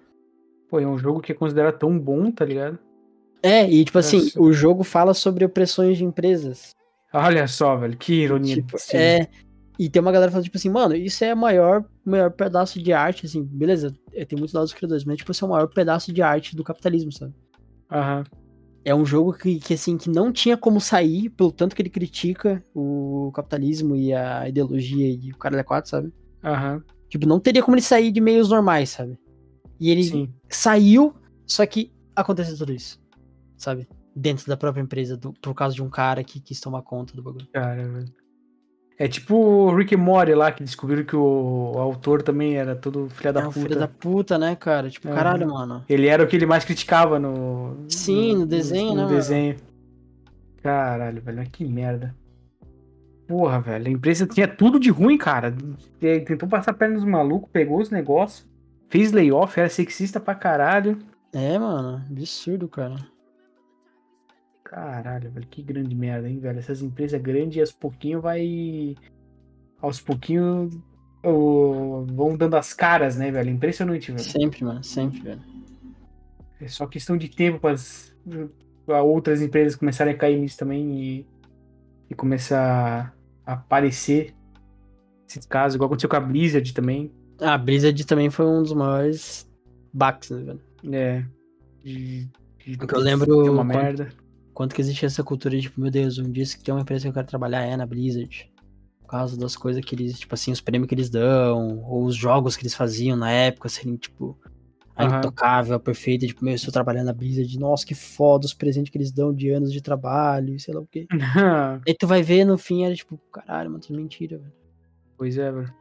S1: Pô, é um jogo que é considerado tão bom, tá ligado?
S2: É, e tipo assim,
S1: Nossa.
S2: o jogo fala sobre opressões de empresas.
S1: Olha só, velho, que ironia.
S2: Tipo,
S1: do destino.
S2: é. E tem uma galera falando, tipo assim, mano, isso é o maior, maior pedaço de arte, assim, beleza, é, tem muitos lados dos criadores, mas, tipo, isso é o maior pedaço de arte do capitalismo, sabe?
S1: Aham.
S2: é um jogo que, que, assim que não tinha como sair pelo tanto que ele critica o capitalismo e a ideologia e o caralho 4, sabe?
S1: Aham.
S2: Tipo, não teria como ele sair de meios normais, sabe? E ele
S1: Sim.
S2: saiu, só que aconteceu tudo isso, sabe? Dentro da própria empresa, do- por causa de um cara que quis tomar conta do bagulho.
S1: Cara, velho. É tipo o Rick and Morty lá, que descobriram que o autor também era todo filha da
S2: é um
S1: puta.
S2: filho da puta, né, cara? Tipo,
S1: Aham.
S2: caralho, mano.
S1: Ele era o que ele mais criticava no.
S2: Sim, no desenho,
S1: no,
S2: né,
S1: No
S2: mano?
S1: desenho. Caralho, velho, mas que merda. Porra, velho, a empresa tinha tudo de ruim, cara. E aí Tentou passar a perna nos malucos, pegou os negócios, fez layoff, era sexista pra caralho.
S2: É, mano, absurdo, cara.
S1: Caralho, velho, que grande merda, hein, velho? Essas empresas grandes, aos pouquinhos, vai. Aos pouquinhos. ô, Vão dando as caras, né, velho? Impressionante, velho.
S2: Sempre, mano, sempre, velho.
S1: É só questão de tempo para as outras empresas começarem a cair nisso também e, e começar a aparecer esse caso, igual aconteceu com a Blizzard também.
S2: Ah, A Blizzard também foi um dos maiores baques, né, velho?
S1: É. De, de
S2: É Eu lembro
S1: ter uma
S2: quando-
S1: merda.
S2: quanto que existe essa cultura de, tipo, meu Deus, um dia se tem uma empresa que eu quero trabalhar é na Blizzard. Por causa das coisas que eles, tipo assim, os prêmios que eles dão, ou os jogos que eles faziam na época, serem, tipo, A
S1: Aham.
S2: intocável, a perfeita, tipo, meu, eu estou trabalhando na brisa de nossa, que foda os presentes que eles dão de anos de trabalho, e sei lá o quê. Aí tu vai ver no fim, era tipo, caralho, mano, tudo mentira, velho.
S1: pois é, velho.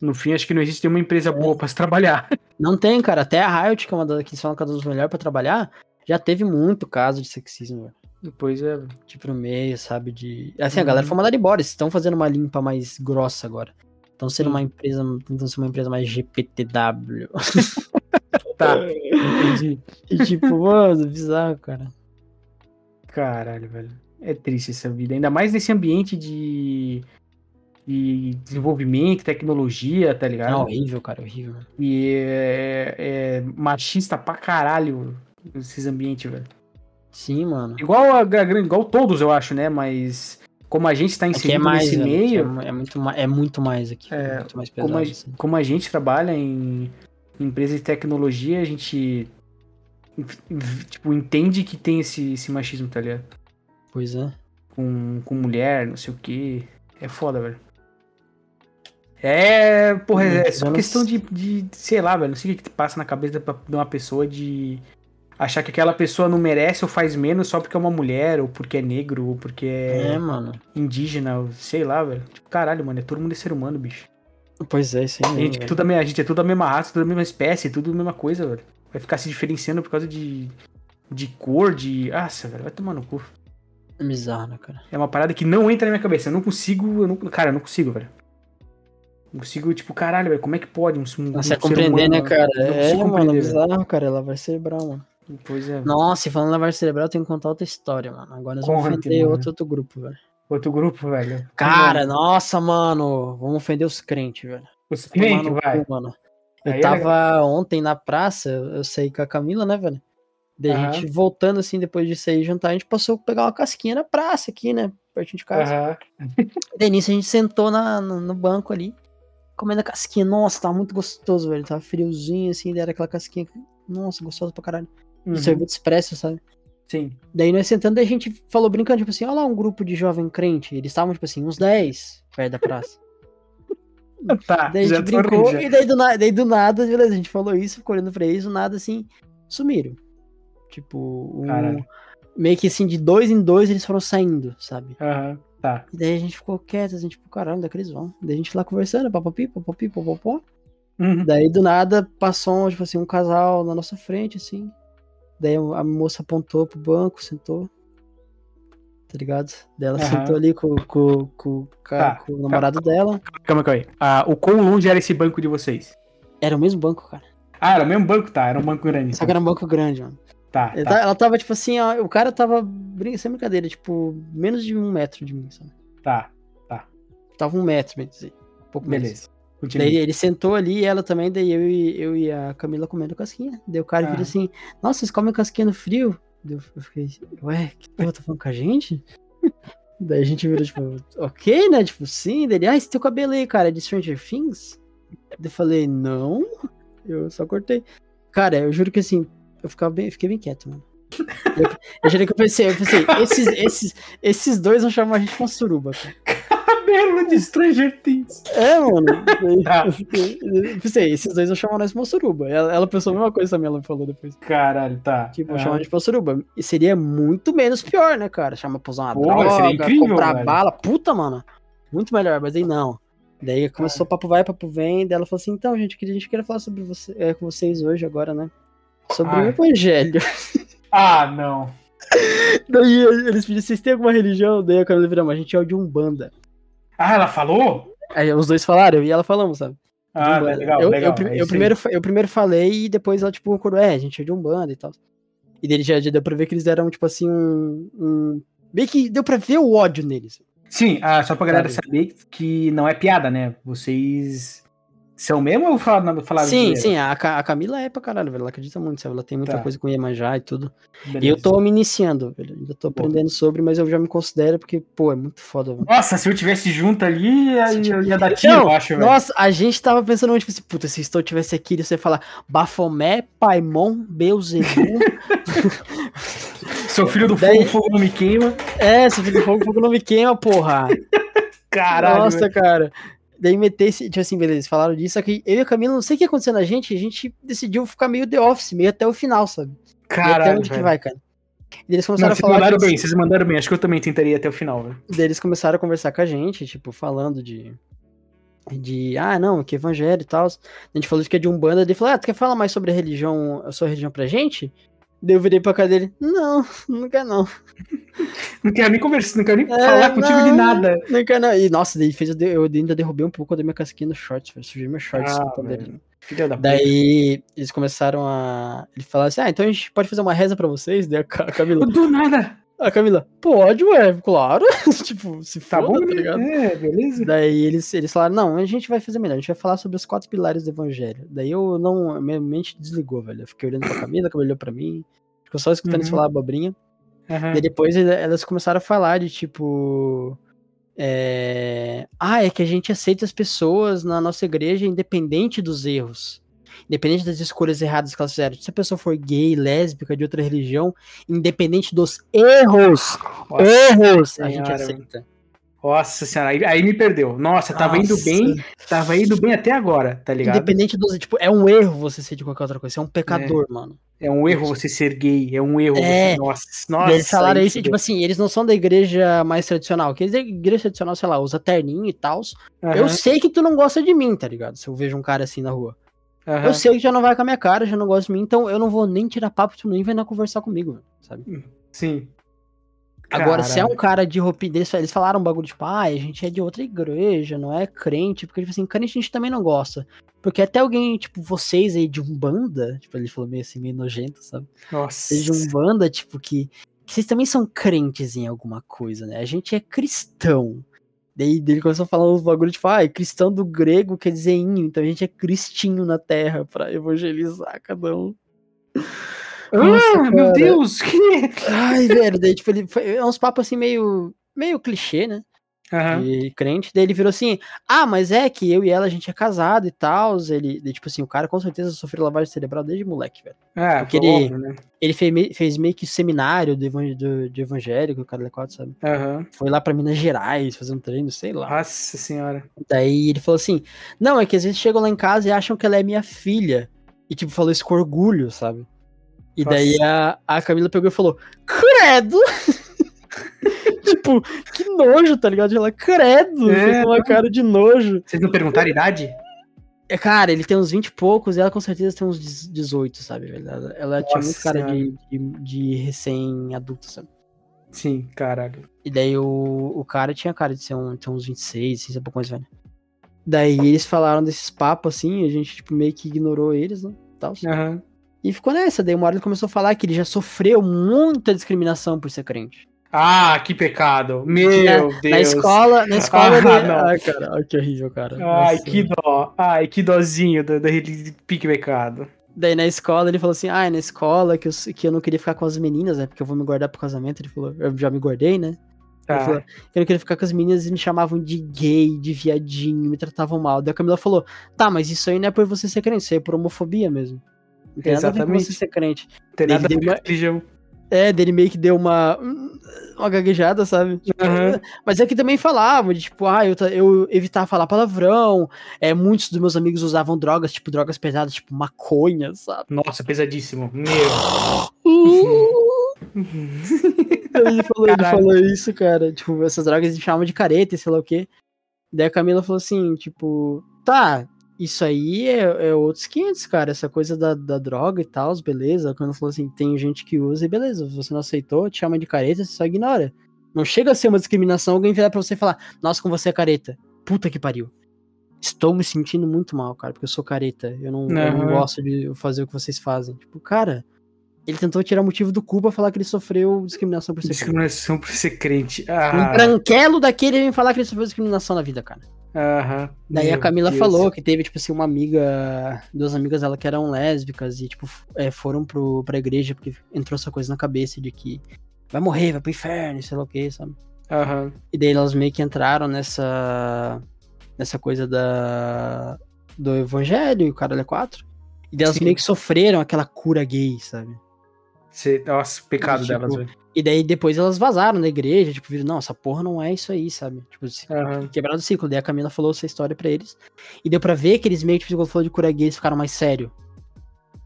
S1: No fim, acho que não existe nenhuma empresa boa pra se trabalhar.
S2: Não tem, cara. Até a Riot, que é uma das que são uma dos melhores pra trabalhar, já teve muito caso de sexismo, velho.
S1: Pois é, velho.
S2: Tipo, no meio, sabe? De. Assim, a
S1: Uhum.
S2: galera foi mandada embora. Eles estão fazendo uma limpa mais grossa agora. Estão sendo
S1: Sim.
S2: uma empresa. Tentando ser uma empresa mais GPTW.
S1: Tá, entendi.
S2: E tipo, mano, bizarro, cara.
S1: Caralho, velho. É triste essa vida. Ainda mais nesse ambiente de, de desenvolvimento, tecnologia, tá
S2: É
S1: ligado?
S2: horrível, cara, horrível. mano.
S1: E é, é machista pra caralho esses ambientes, velho.
S2: Sim, mano.
S1: Igual a, gra- igual todos, eu acho, né? Mas como a gente tá
S2: Aqui é
S1: inserido
S2: mais.
S1: nesse
S2: velho,
S1: meio,
S2: É, muito, ma- é muito mais aqui.
S1: É,
S2: É, muito mais pesado.
S1: como a,
S2: assim.
S1: como a gente trabalha em empresa de tecnologia, a gente tipo, entende que tem esse, esse machismo, tá ligado?
S2: Pois é.
S1: com, com mulher, não sei o que. É foda, velho. É, porra, é
S2: Hum,
S1: só
S2: eu não
S1: questão de,
S2: sei.
S1: de, sei lá, velho. Não sei o que que passa na cabeça da- de uma pessoa de achar que aquela pessoa não merece ou faz menos só porque é uma mulher, ou porque é negro, ou porque
S2: É,
S1: é
S2: mano.
S1: indígena, ou sei lá, velho. Tipo, caralho, mano, é todo mundo é ser humano, bicho.
S2: Pois é, isso aí.
S1: A
S2: mesmo,
S1: gente, é
S2: velho.
S1: tudo a, me- a gente é tudo a mesma raça, tudo a mesma espécie, tudo a mesma coisa, velho. Vai ficar se diferenciando por causa de, de cor, de. Nossa, velho, vai tomar no cu.
S2: É bizarro, né, cara?
S1: É uma parada que não entra na minha cabeça. Eu não consigo. Eu não, cara, eu não consigo, velho. Não consigo, tipo, caralho, velho, como é que pode um. um
S2: Não sei
S1: um ser humano-
S2: compreender, né, cara?
S1: não
S2: É,
S1: consigo
S2: mano,
S1: compreender, velho.
S2: bizarro, cara. Ela vai cerebral, mano.
S1: Pois é.
S2: Nossa, e falando da lavagem cerebral, eu tenho que contar outra história, mano. Tá Agora nós vamos
S1: Conte,
S2: ofender
S1: mano.
S2: outro, outro grupo, velho.
S1: Outro grupo, velho.
S2: Cara, nossa, mano. Vamos ofender os crentes, velho.
S1: Os
S2: Tomar
S1: clientes,
S2: no cu,
S1: vai.
S2: mano. Eu
S1: Aí é
S2: tava ontem na praça, eu eu saí com a Camila, né, velho? Daí a
S1: Aham.
S2: gente voltando assim, depois de sair e jantar, a gente passou a pegar uma casquinha na praça aqui, né? Pertinho de casa.
S1: Aham.
S2: Daí nisso a gente sentou na, no, no banco ali, comendo a casquinha. Nossa, tava muito gostoso, velho. Tava friozinho assim, daí era aquela casquinha. Nossa, gostosa pra caralho.
S1: Uhum.
S2: Serviço expresso, sabe?
S1: Sim.
S2: Daí nós sentando, daí a gente falou brincando, tipo assim, olha lá um grupo de jovem crente. Eles estavam, tipo assim, uns 10 perto da praça.
S1: Tá,
S2: Daí a
S1: já
S2: gente
S1: tô
S2: brincou
S1: rindo, já.
S2: e daí do, na- daí do nada, beleza, a gente falou isso, ficou olhando pra eles, do nada, assim, sumiram. Tipo, um-
S1: Caralho.
S2: meio que assim, de dois em dois eles foram saindo, sabe?
S1: Aham. Tá.
S2: E daí a gente ficou quieto, assim, tipo, caralho, onde é que eles vão? Daí a gente lá conversando, papapi, papapi, papapó.
S1: Uhum.
S2: Daí do nada passou, tipo assim, um casal na nossa frente, assim. Daí a moça apontou pro banco, sentou. Tá ligado? Daí ela
S1: Aham.
S2: sentou ali com, com, com, ca-
S1: Tá.
S2: com o namorado dela.
S1: Calma, calma aí. Ah, o quão longe era esse banco de vocês?
S2: Era o mesmo banco, cara.
S1: Ah, era o mesmo banco? Tá, era um banco grande.
S2: Só que era um banco grande, mano.
S1: Tá,
S2: Ela
S1: tá,
S2: ta- Ela tava, tipo assim, ó, o cara tava, brin- sem brincadeira, tipo, menos de um metro de mim, sabe?
S1: tá.
S2: Tava um metro, bem dizer. Um pouco menos.
S1: Beleza. Continua.
S2: Daí ele sentou ali, ela também, daí eu e, eu e a Camila comendo casquinha. Daí o cara vira
S1: Ah.
S2: assim, nossa, vocês comem casquinha no frio? Daí eu eu fiquei, ué, que porra, tá falando com a gente? daí a gente virou, tipo, ok, né? Tipo, sim, daí ele, ah, esse teu cabelo aí, cara, é de Stranger Things? Daí eu falei, não, eu só cortei. Cara, eu juro que assim, eu ficava bem, fiquei bem quieto, mano. Eu, eu juro que eu pensei, eu pensei, esses, esses, esses dois vão chamar a gente com suruba, cara.
S1: Cabelo de Stranger Things.
S2: É, mano.
S1: Tá.
S2: Eu fiquei- eu Pensei, Tipo assim, esses dois vão chamar nós de Mossuruba. Ela, ela pensou a mesma coisa também, ela me falou depois.
S1: Caralho, tá.
S2: Tipo, vão
S1: Aham.
S2: chamar de Mossuruba. E seria muito menos pior, né, cara? Chama pra usar uma
S1: Pô,
S2: droga,
S1: seria incrível,
S2: comprar
S1: velho.
S2: bala. Puta, mano. Muito melhor, mas aí não. Daí começou
S1: É.
S2: papo vai, papo vem. Daí ela falou assim, então, gente, eu queria- a gente queria falar sobre você, é, com vocês hoje agora, né? Sobre o
S1: Ai.
S2: evangelho.
S1: Ah, não.
S2: Daí eles pediram, vocês têm alguma religião? Daí a Camila virou, mas a gente é o de Umbanda.
S1: Ah, ela falou?
S2: Aí os dois falaram, eu e ela falamos, sabe?
S1: Ah, legal,
S2: Umbanda. um Então, eu,
S1: legal.
S2: eu prim-
S1: é
S2: eu
S1: isso aí.
S2: primeiro, fa- eu primeiro falei e depois ela, tipo, concordou, é, a gente é de Umbanda e tal. E dele já, já deu pra ver que eles deram, tipo assim, um, um- Meio que deu pra ver o ódio neles.
S1: Sim, ah, só pra galera
S2: Sabe?
S1: saber que não é piada, né? Vocês são mesmo ou falaram? falaram
S2: sim,
S1: zoeira?
S2: sim, a, Ca- a Camila é pra caralho, velho. Ela acredita muito, sabe? Ela tem muita
S1: Tá.
S2: coisa com Iemanjá e tudo. E
S1: Beleza.
S2: eu tô me iniciando, velho. Ainda tô
S1: Boa.
S2: aprendendo sobre, mas eu já me considero porque, pô, é muito foda, velho.
S1: Nossa, se eu tivesse junto ali, aí eu ia dar tiro,
S2: Não,
S1: eu acho, velho.
S2: Nossa, a gente tava pensando, tipo assim, puta, se estou tivesse aqui, você ia falar Bafomé, Paimon, Beuzebu,
S1: Sou filho do
S2: Daí-
S1: fogo, fogo não me queima.
S2: É, se fica fogo, fogo não me queima, porra.
S1: Caralho.
S2: Nossa,
S1: velho.
S2: cara. Daí meter esse. Tipo assim, beleza, falaram disso. Só que eu e a Camila, não sei o que aconteceu na gente, a gente decidiu ficar meio The Office, meio até o final, sabe? e até
S1: Caralho.
S2: onde que
S1: velho.
S2: vai, cara? E eles
S1: Não,
S2: começaram a
S1: vocês
S2: falar.
S1: mandaram
S2: que-
S1: bem, vocês mandaram bem. Acho que eu também tentaria até o final, velho.
S2: Daí eles começaram a conversar com a gente, tipo, falando de. De, ah, não, que evangelho e tal. A gente falou que é de Umbanda. Ele falou, ah, tu quer falar mais sobre a religião, a sua religião pra gente? Daí eu virei pra cara dele, não, não quer não.
S1: Não quero nem conversar, não quero nem
S2: É,
S1: falar contigo de
S2: não.
S1: nada.
S2: Não quer não. E nossa, daí fez, eu de- eu ainda derrubei um pouco da minha casquinha no shorts, velho. Sujei meu shorts.
S1: Ah,
S2: todo
S1: velho.
S2: dele.
S1: Filha da puta.
S2: Daí eles começaram a. Ele falou assim, ah, então a gente pode fazer uma reza pra vocês? Daí a Ca- a Camila,
S1: Do nada.
S2: a Camila, pode, ué, claro. tipo, se
S1: Tá
S2: foda,
S1: bom,
S2: tá
S1: né?
S2: ligado?
S1: É, beleza.
S2: Daí eles, eles falaram, não, a gente vai fazer melhor, a gente vai falar sobre os quatro pilares do evangelho. Daí eu não, a minha mente desligou, velho. Eu fiquei olhando pra Camila, Camila olhou pra mim, ficou só escutando eles
S1: Uhum.
S2: falar abobrinha.
S1: Aham.
S2: Daí depois ele- elas começaram a falar de tipo. é, Ah, é que a gente aceita as pessoas na nossa igreja independente dos erros. Independente das escolhas erradas que elas fizeram. Se a pessoa for gay, lésbica, de outra religião, independente dos erros,
S1: Nossa
S2: erros, a gente
S1: Senhora,
S2: aceita.
S1: Nossa senhora, aí, aí me perdeu. Nossa, tava indo
S2: Nossa.
S1: tá bem, tava indo bem até agora, tá ligado?
S2: Independente do. Tipo, é um erro você ser de qualquer outra coisa. Você é um pecador, mano.
S1: É um erro você ser gay, é um erro
S2: É.
S1: você. Nossa,
S2: E
S1: nossa.
S2: eles falaram
S1: aí
S2: isso, e,
S1: fudeu.
S2: tipo assim, eles não são da igreja mais tradicional. Que a igreja tradicional, sei lá, usa terninho e tal. assim, Eu
S1: Aham,
S2: sei que tu não gosta de mim, tá ligado? Se eu vejo um cara assim na rua.
S1: aham.
S2: Eu sei que já não vai com a minha cara, já não gosta de mim, então eu não vou nem tirar papo, tu nem vai nem conversar comigo, velho, sabe?
S1: Sim.
S2: Agora, se é
S1: Caralho.
S2: um cara de roupinha, eles, eles falaram um bagulho tipo, ah, a gente é de outra igreja, não é crente, porque, tipo assim, crente a gente também não gosta. Porque até alguém, tipo, vocês aí de Umbanda, tipo, ele falou meio assim, meio nojento, sabe?
S1: Nossa.
S2: seja um banda, tipo, que, que vocês também são crentes em alguma coisa, né? A gente é cristão. Daí daí ele começou a falar uns bagulho, tipo, ah, cristão do grego quer dizer inho, então a gente é cristinho na terra pra evangelizar cada um.
S1: Ah,
S2: Nossa,
S1: meu
S2: cara.
S1: Deus! Que...
S2: Ai, velho, daí, tipo, ele foi, é uns papos assim meio, meio clichê, né?
S1: Aham.
S2: de crente. Daí ele virou assim: Ah, mas é que eu e ela a gente é casado e tal. Ele, daí, tipo assim, o cara com certeza sofreu lavagem cerebral desde moleque, velho.
S1: Ah,
S2: Porque
S1: foi
S2: ele-
S1: óbvio, né?
S2: Ele fez, mei- fez meio que seminário do, evan- do, de evangélico, o cara da quatro, sabe?
S1: Aham.
S2: Foi lá pra Minas Gerais fazer um treino, sei lá.
S1: Nossa senhora.
S2: Daí ele falou assim: Não, é que às vezes chegam lá em casa e acham que ela é minha filha. E, tipo, falou isso com orgulho, sabe? E
S1: Nossa.
S2: daí a, a Camila pegou e falou: Credo! tipo, que nojo, tá ligado? Ela, credo!
S1: É,
S2: Foi com uma cara de nojo.
S1: Vocês não perguntaram a idade?
S2: É, cara, ele tem uns 20 e poucos e ela com certeza tem uns 18, sabe? velho? Ela, ela tinha
S1: Nossa
S2: muito cara de, de, de recém-adulto, sabe?
S1: Sim, caralho.
S2: E daí o, o cara tinha cara de ser um, ter uns 26, assim, sei pouco mais velho. Daí eles falaram desses papos, assim, a gente, tipo, meio que ignorou eles, né? Tal.
S1: Aham.
S2: E ficou nessa. Daí uma hora ele começou a falar que ele já sofreu muita discriminação por ser crente.
S1: Ah, que pecado. Meu Deus.
S2: Na escola, na escola.
S1: Ah,
S2: ele...
S1: não.
S2: Ai, cara, ai, que horrível, cara.
S1: Ai,
S2: Nossa.
S1: que dó. Ai, que dózinho da, da pique pecado.
S2: Daí na escola ele falou assim: ah, é na escola que eu, s- que eu não queria ficar com as meninas, né? Porque eu vou me guardar pro casamento. Ele falou: eu já me guardei, né? Ele falou,
S1: Tá.
S2: eu não queria ficar com as meninas e me chamavam de gay, de viadinho, me tratavam mal. Daí a Camila falou: tá, mas isso aí não é por você ser crente, isso aí é por homofobia mesmo. Não tem nada a ver com
S1: Exatamente.
S2: você ser crente.
S1: Não tem nada a
S2: Ele
S1: ver
S2: deu
S1: com religião.
S2: É, dele meio que deu uma. uma gaguejada, sabe? Tipo,
S1: Aham.
S2: Mas é que também falavam, de, tipo, ah, eu, ta- eu evitava falar palavrão. É, muitos dos meus amigos usavam drogas, tipo, drogas pesadas, tipo maconha, sabe?
S1: Nossa, pesadíssimo. Meu. Uhum.
S2: Aí ele falou, ele
S1: Caralho.
S2: falou isso, cara. Tipo, essas drogas eles chamam de careta e sei lá o quê. Daí a Camila falou assim, tipo, tá, isso aí é, é outros 500, cara. Essa coisa da, da droga e tal, beleza. Quando falou assim, tem gente que usa e beleza, você não aceitou, te chama de careta, você só ignora. Não chega a ser uma discriminação alguém virar pra você e falar, nossa, com você é careta. Puta que pariu. Estou me sentindo muito mal, cara, porque eu sou careta. Eu não, eu não
S1: Aham.
S2: gosto de fazer o que vocês fazem. Tipo, cara, ele tentou tirar motivo do cu pra falar que ele sofreu discriminação por ser crente.
S1: Discriminação por ser crente.
S2: Um
S1: Ah,
S2: branquelo daquele vem falar que ele sofreu discriminação na vida, cara.
S1: aham.
S2: Daí a
S1: Meu
S2: Camila
S1: Deus.
S2: falou que teve, tipo assim, uma amiga, duas amigas dela que eram lésbicas e, tipo, f- é, foram pro, pra igreja porque entrou essa coisa na cabeça de que vai morrer, vai pro inferno, sei lá o que, sabe?
S1: Aham.
S2: E daí elas meio que entraram nessa. nessa coisa da. do evangelho e o cara é quatro. E daí elas
S1: Sim.
S2: meio que sofreram aquela cura gay, sabe?
S1: Você, nossa, pecado
S2: Tipo,
S1: delas, velho.
S2: E daí depois elas vazaram da igreja, tipo, viram, não, essa porra não é isso aí, sabe? Tipo, se-
S1: Aham.
S2: quebraram o ciclo. Daí a Camila falou essa história pra eles. E deu pra ver que eles meio que, tipo, quando falou de cura gay, eles ficaram mais sério.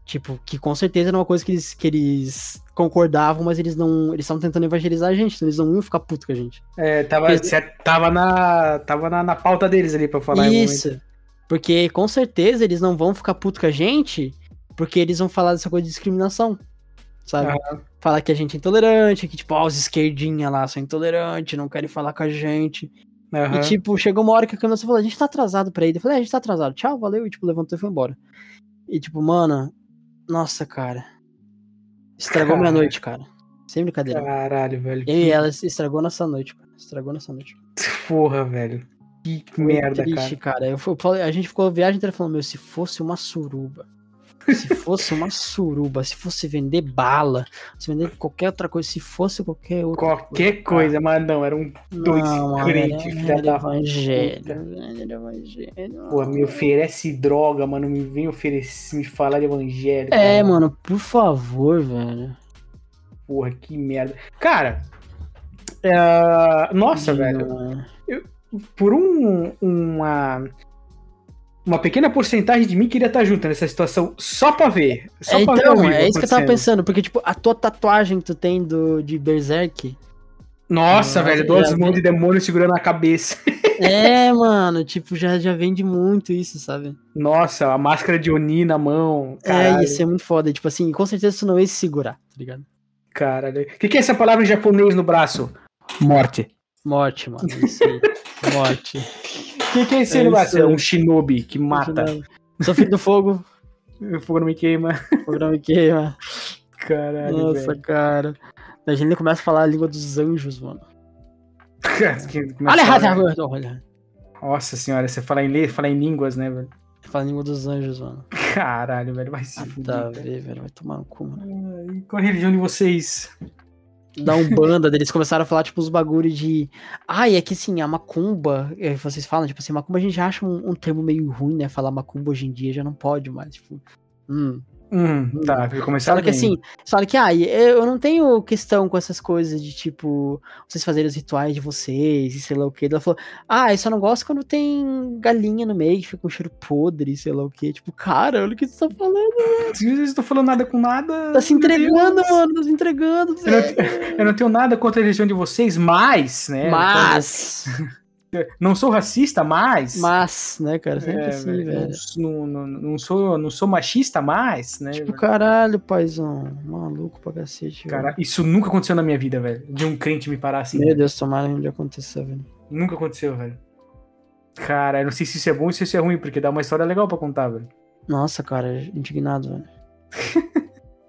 S2: Tipo, que com certeza era uma coisa que eles, que eles concordavam, mas eles não. Eles estavam tentando evangelizar a gente, então eles não iam ficar puto com a gente.
S1: É, tava,
S2: Eles-
S1: cê- tava, na, tava na, na pauta deles ali pra eu falar. em um momento.
S2: Isso. Porque com certeza eles não vão ficar puto com a gente, porque eles vão falar dessa coisa de discriminação. Sabe? Falar que a gente é intolerante, que tipo, ó, os esquerdinha lá são intolerantes, não querem falar com a gente.
S1: Aham.
S2: E, tipo, chegou uma hora que a câmera falou, a gente tá atrasado pra ir. Eu falei, é, a gente tá atrasado, tchau, valeu. E, tipo, levantou e foi embora. E, tipo, mano, nossa, cara. Estragou minha
S1: Cara.
S2: noite, cara. Sem brincadeira.
S1: Caralho, velho.
S2: Eu e
S1: que
S2: ela estragou nossa noite, cara. Estragou nossa noite.
S1: porra, velho. Que
S2: é. Foi
S1: merda,
S2: triste, cara. Eu fui- eu falei- a gente ficou a viagem inteira falando, meu, se fosse uma suruba. Se fosse uma suruba, se fosse vender bala, se vender qualquer outra coisa, se fosse qualquer outra
S1: cara.
S2: Tá.
S1: Qualquer coisa, mas não, era um. dois
S2: mano,
S1: crentes,
S2: era-
S1: filha
S2: era
S1: da
S2: evangelho,
S1: puta.
S2: era evangelho.
S1: Pô, me oferece droga, mano. Me vem oferecer, me falar de evangelho.
S2: É,
S1: cara.
S2: mano, por favor, velho.
S1: Porra, que merda. Cara, é, nossa, velho.
S2: Mano.
S1: Por um, uma. Uma pequena porcentagem de mim queria estar junto nessa situação só pra ver. Só
S2: É,
S1: pra ver ao
S2: então,
S1: vivo
S2: é isso que eu tava
S1: acontecendo.
S2: pensando, porque, tipo, a tua tatuagem que tu tem do, de Berserk.
S1: Nossa,
S2: Nossa,
S1: velho, duas
S2: já-
S1: mãos de demônio segurando a cabeça.
S2: é, mano, tipo, já, já vende muito isso, sabe?
S1: Nossa, a máscara de Oni na mão.
S2: É,
S1: Caralho,
S2: ia ser muito foda. e, Tipo assim, com certeza tu não ia se segurar, tá ligado?
S1: caralho. O que, que é essa palavra em japonês no braço? Morte.
S2: Morte, mano. Isso aí. Morte.
S1: O que, que é isso aí
S2: É
S1: no
S2: isso
S1: braço?
S2: aí.
S1: É um shinobi que mata.
S2: Só filho do fogo,
S1: O fogo não me queima.
S2: programa queima.
S1: Caralho,
S2: Nossa,
S1: velho.
S2: cara. A gente começa a falar a língua dos anjos, mano.
S1: Começa
S2: Olha,
S1: a falar-
S2: olha, olha.
S1: Nossa senhora, você fala em, le... fala em línguas, né, velho?
S2: Fala a língua dos anjos, mano.
S1: Caralho, velho, vai se
S2: Ah,
S1: fuder.
S2: Tá,
S1: velho.
S2: velho, vai tomar no cu, mano.
S1: Ai, Qual a religião de vocês?
S2: da Umbanda, daí eles começaram a falar, tipo, os bagulho de. Ai, é que assim, a macumba, é, vocês falam, tipo assim, macumba a gente já acha um, um termo meio ruim, né? Falar macumba hoje em dia já não pode mais, tipo. Hum.
S1: Hum, tá, começaram
S2: Fala que assim, fala que, ai, eu não tenho questão com essas coisas de tipo, vocês fazerem os rituais de vocês e sei lá o que. Ela falou, ah, eu só não gosto quando tem galinha no meio, que fica um cheiro podre, sei lá o que. Tipo, cara, olha o que você tá falando.
S1: Vocês não estão falando nada com nada.
S2: Tá se
S1: meu
S2: entregando,
S1: Deus.
S2: mano, tá se entregando.
S1: Eu não, tenho, eu não tenho nada contra a religião de vocês, mas, né?
S2: Mas.
S1: Não sou racista, mas.
S2: Mas, né, cara? Sempre
S1: É,
S2: assim,
S1: velho,
S2: velho.
S1: Não, não- não sou, não sou machista mais, né?
S2: Tipo,
S1: velho?
S2: caralho, paizão. Maluco pra cacete. velho.
S1: Cara, isso nunca aconteceu na minha vida, velho. De um crente me parar assim.
S2: Meu Deus, tomara que um dia aconteça, velho.
S1: Nunca aconteceu, velho. Cara, eu não sei se isso é bom ou se isso é ruim, porque dá uma história legal pra contar, velho.
S2: Nossa, cara, indignado, velho.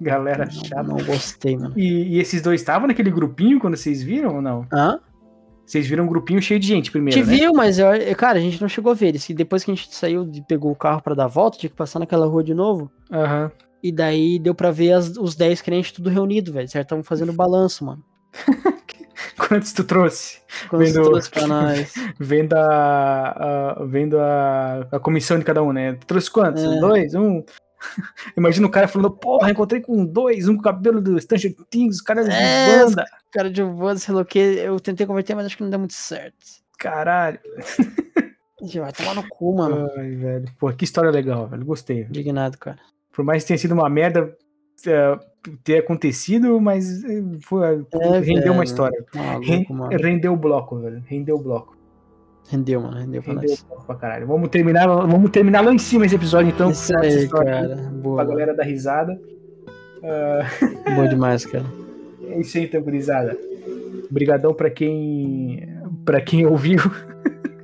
S1: Galera
S2: Não,
S1: chata.
S2: não gostei, mano.
S1: E, e esses dois estavam naquele grupinho quando vocês viram ou não?
S2: Hã?
S1: Vocês viram um grupinho cheio de gente primeiro,
S2: Te
S1: né?
S2: viu, mas eu, eu- cara, a gente não chegou a ver eles. E depois que a gente saiu e pegou o carro pra dar a volta, tinha que passar naquela rua de novo.
S1: Aham.
S2: E daí deu pra ver as- os 10 crentes tudo reunido, velho. Certo? Estavam fazendo balanço, mano.
S1: Quantos tu trouxe?
S2: Quando você
S1: Vendo-
S2: trouxe pra nós.
S1: Vendo a, a- vendo a, a comissão de cada um, né? Tu trouxe quantos?
S2: É.
S1: Dois? Um? Imagina o cara falando, porra, encontrei com dois, um com o cabelo do Stranger Things, o cara
S2: É,
S1: de banda.
S2: Cara, de Giovanni, sei lá o que. Eu tentei converter, mas acho que não deu muito certo.
S1: Caralho.
S2: Vai tomar no cu, mano.
S1: Ai, velho. Pô, que história legal, velho. Gostei. velho.
S2: Indignado, cara.
S1: Por mais que tenha sido uma merda é, ter acontecido, mas é, foi,
S2: É,
S1: rendeu uma
S2: velho.
S1: história. Ren-
S2: Maluco, mano.
S1: rendeu o bloco, velho. Rendeu o bloco.
S2: Rendeu, mano. Rendeu pra
S1: Rendeu o
S2: nós.
S1: bloco pra caralho. Vamos terminar, vamos terminar lá em cima esse episódio, então.
S2: Isso
S1: com essa
S2: aí,
S1: história
S2: cara.
S1: Pra
S2: Boa,
S1: galera dar risada.
S2: boa demais, cara.
S1: É isso aí, então, gurizada. Obrigadão pra quem, pra quem ouviu.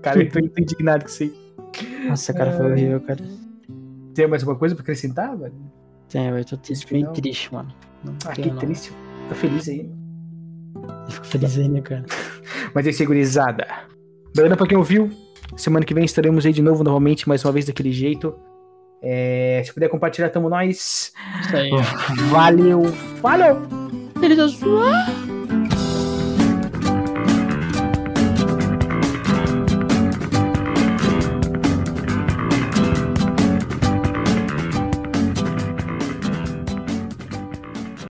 S1: Cara, eu tô indignado com isso aí.
S2: Nossa, cara, foi horrível, cara.
S1: Tem mais alguma coisa pra acrescentar, velho?
S2: Tem, velho. Tô triste,
S1: Esse
S2: bem
S1: final-
S2: triste, mano. Não
S1: Ah,
S2: tem,
S1: que
S2: não.
S1: triste. Tô feliz aí.
S2: Fico feliz aí, né, cara?
S1: Mas é segurizada. Obrigado pra quem ouviu. Semana que vem estaremos aí de novo, novamente, mais uma vez daquele jeito. É, se puder compartilhar, tamo nós.
S2: Isso aí, ó.
S1: Valeu! Falou!
S2: Ele tá zoando.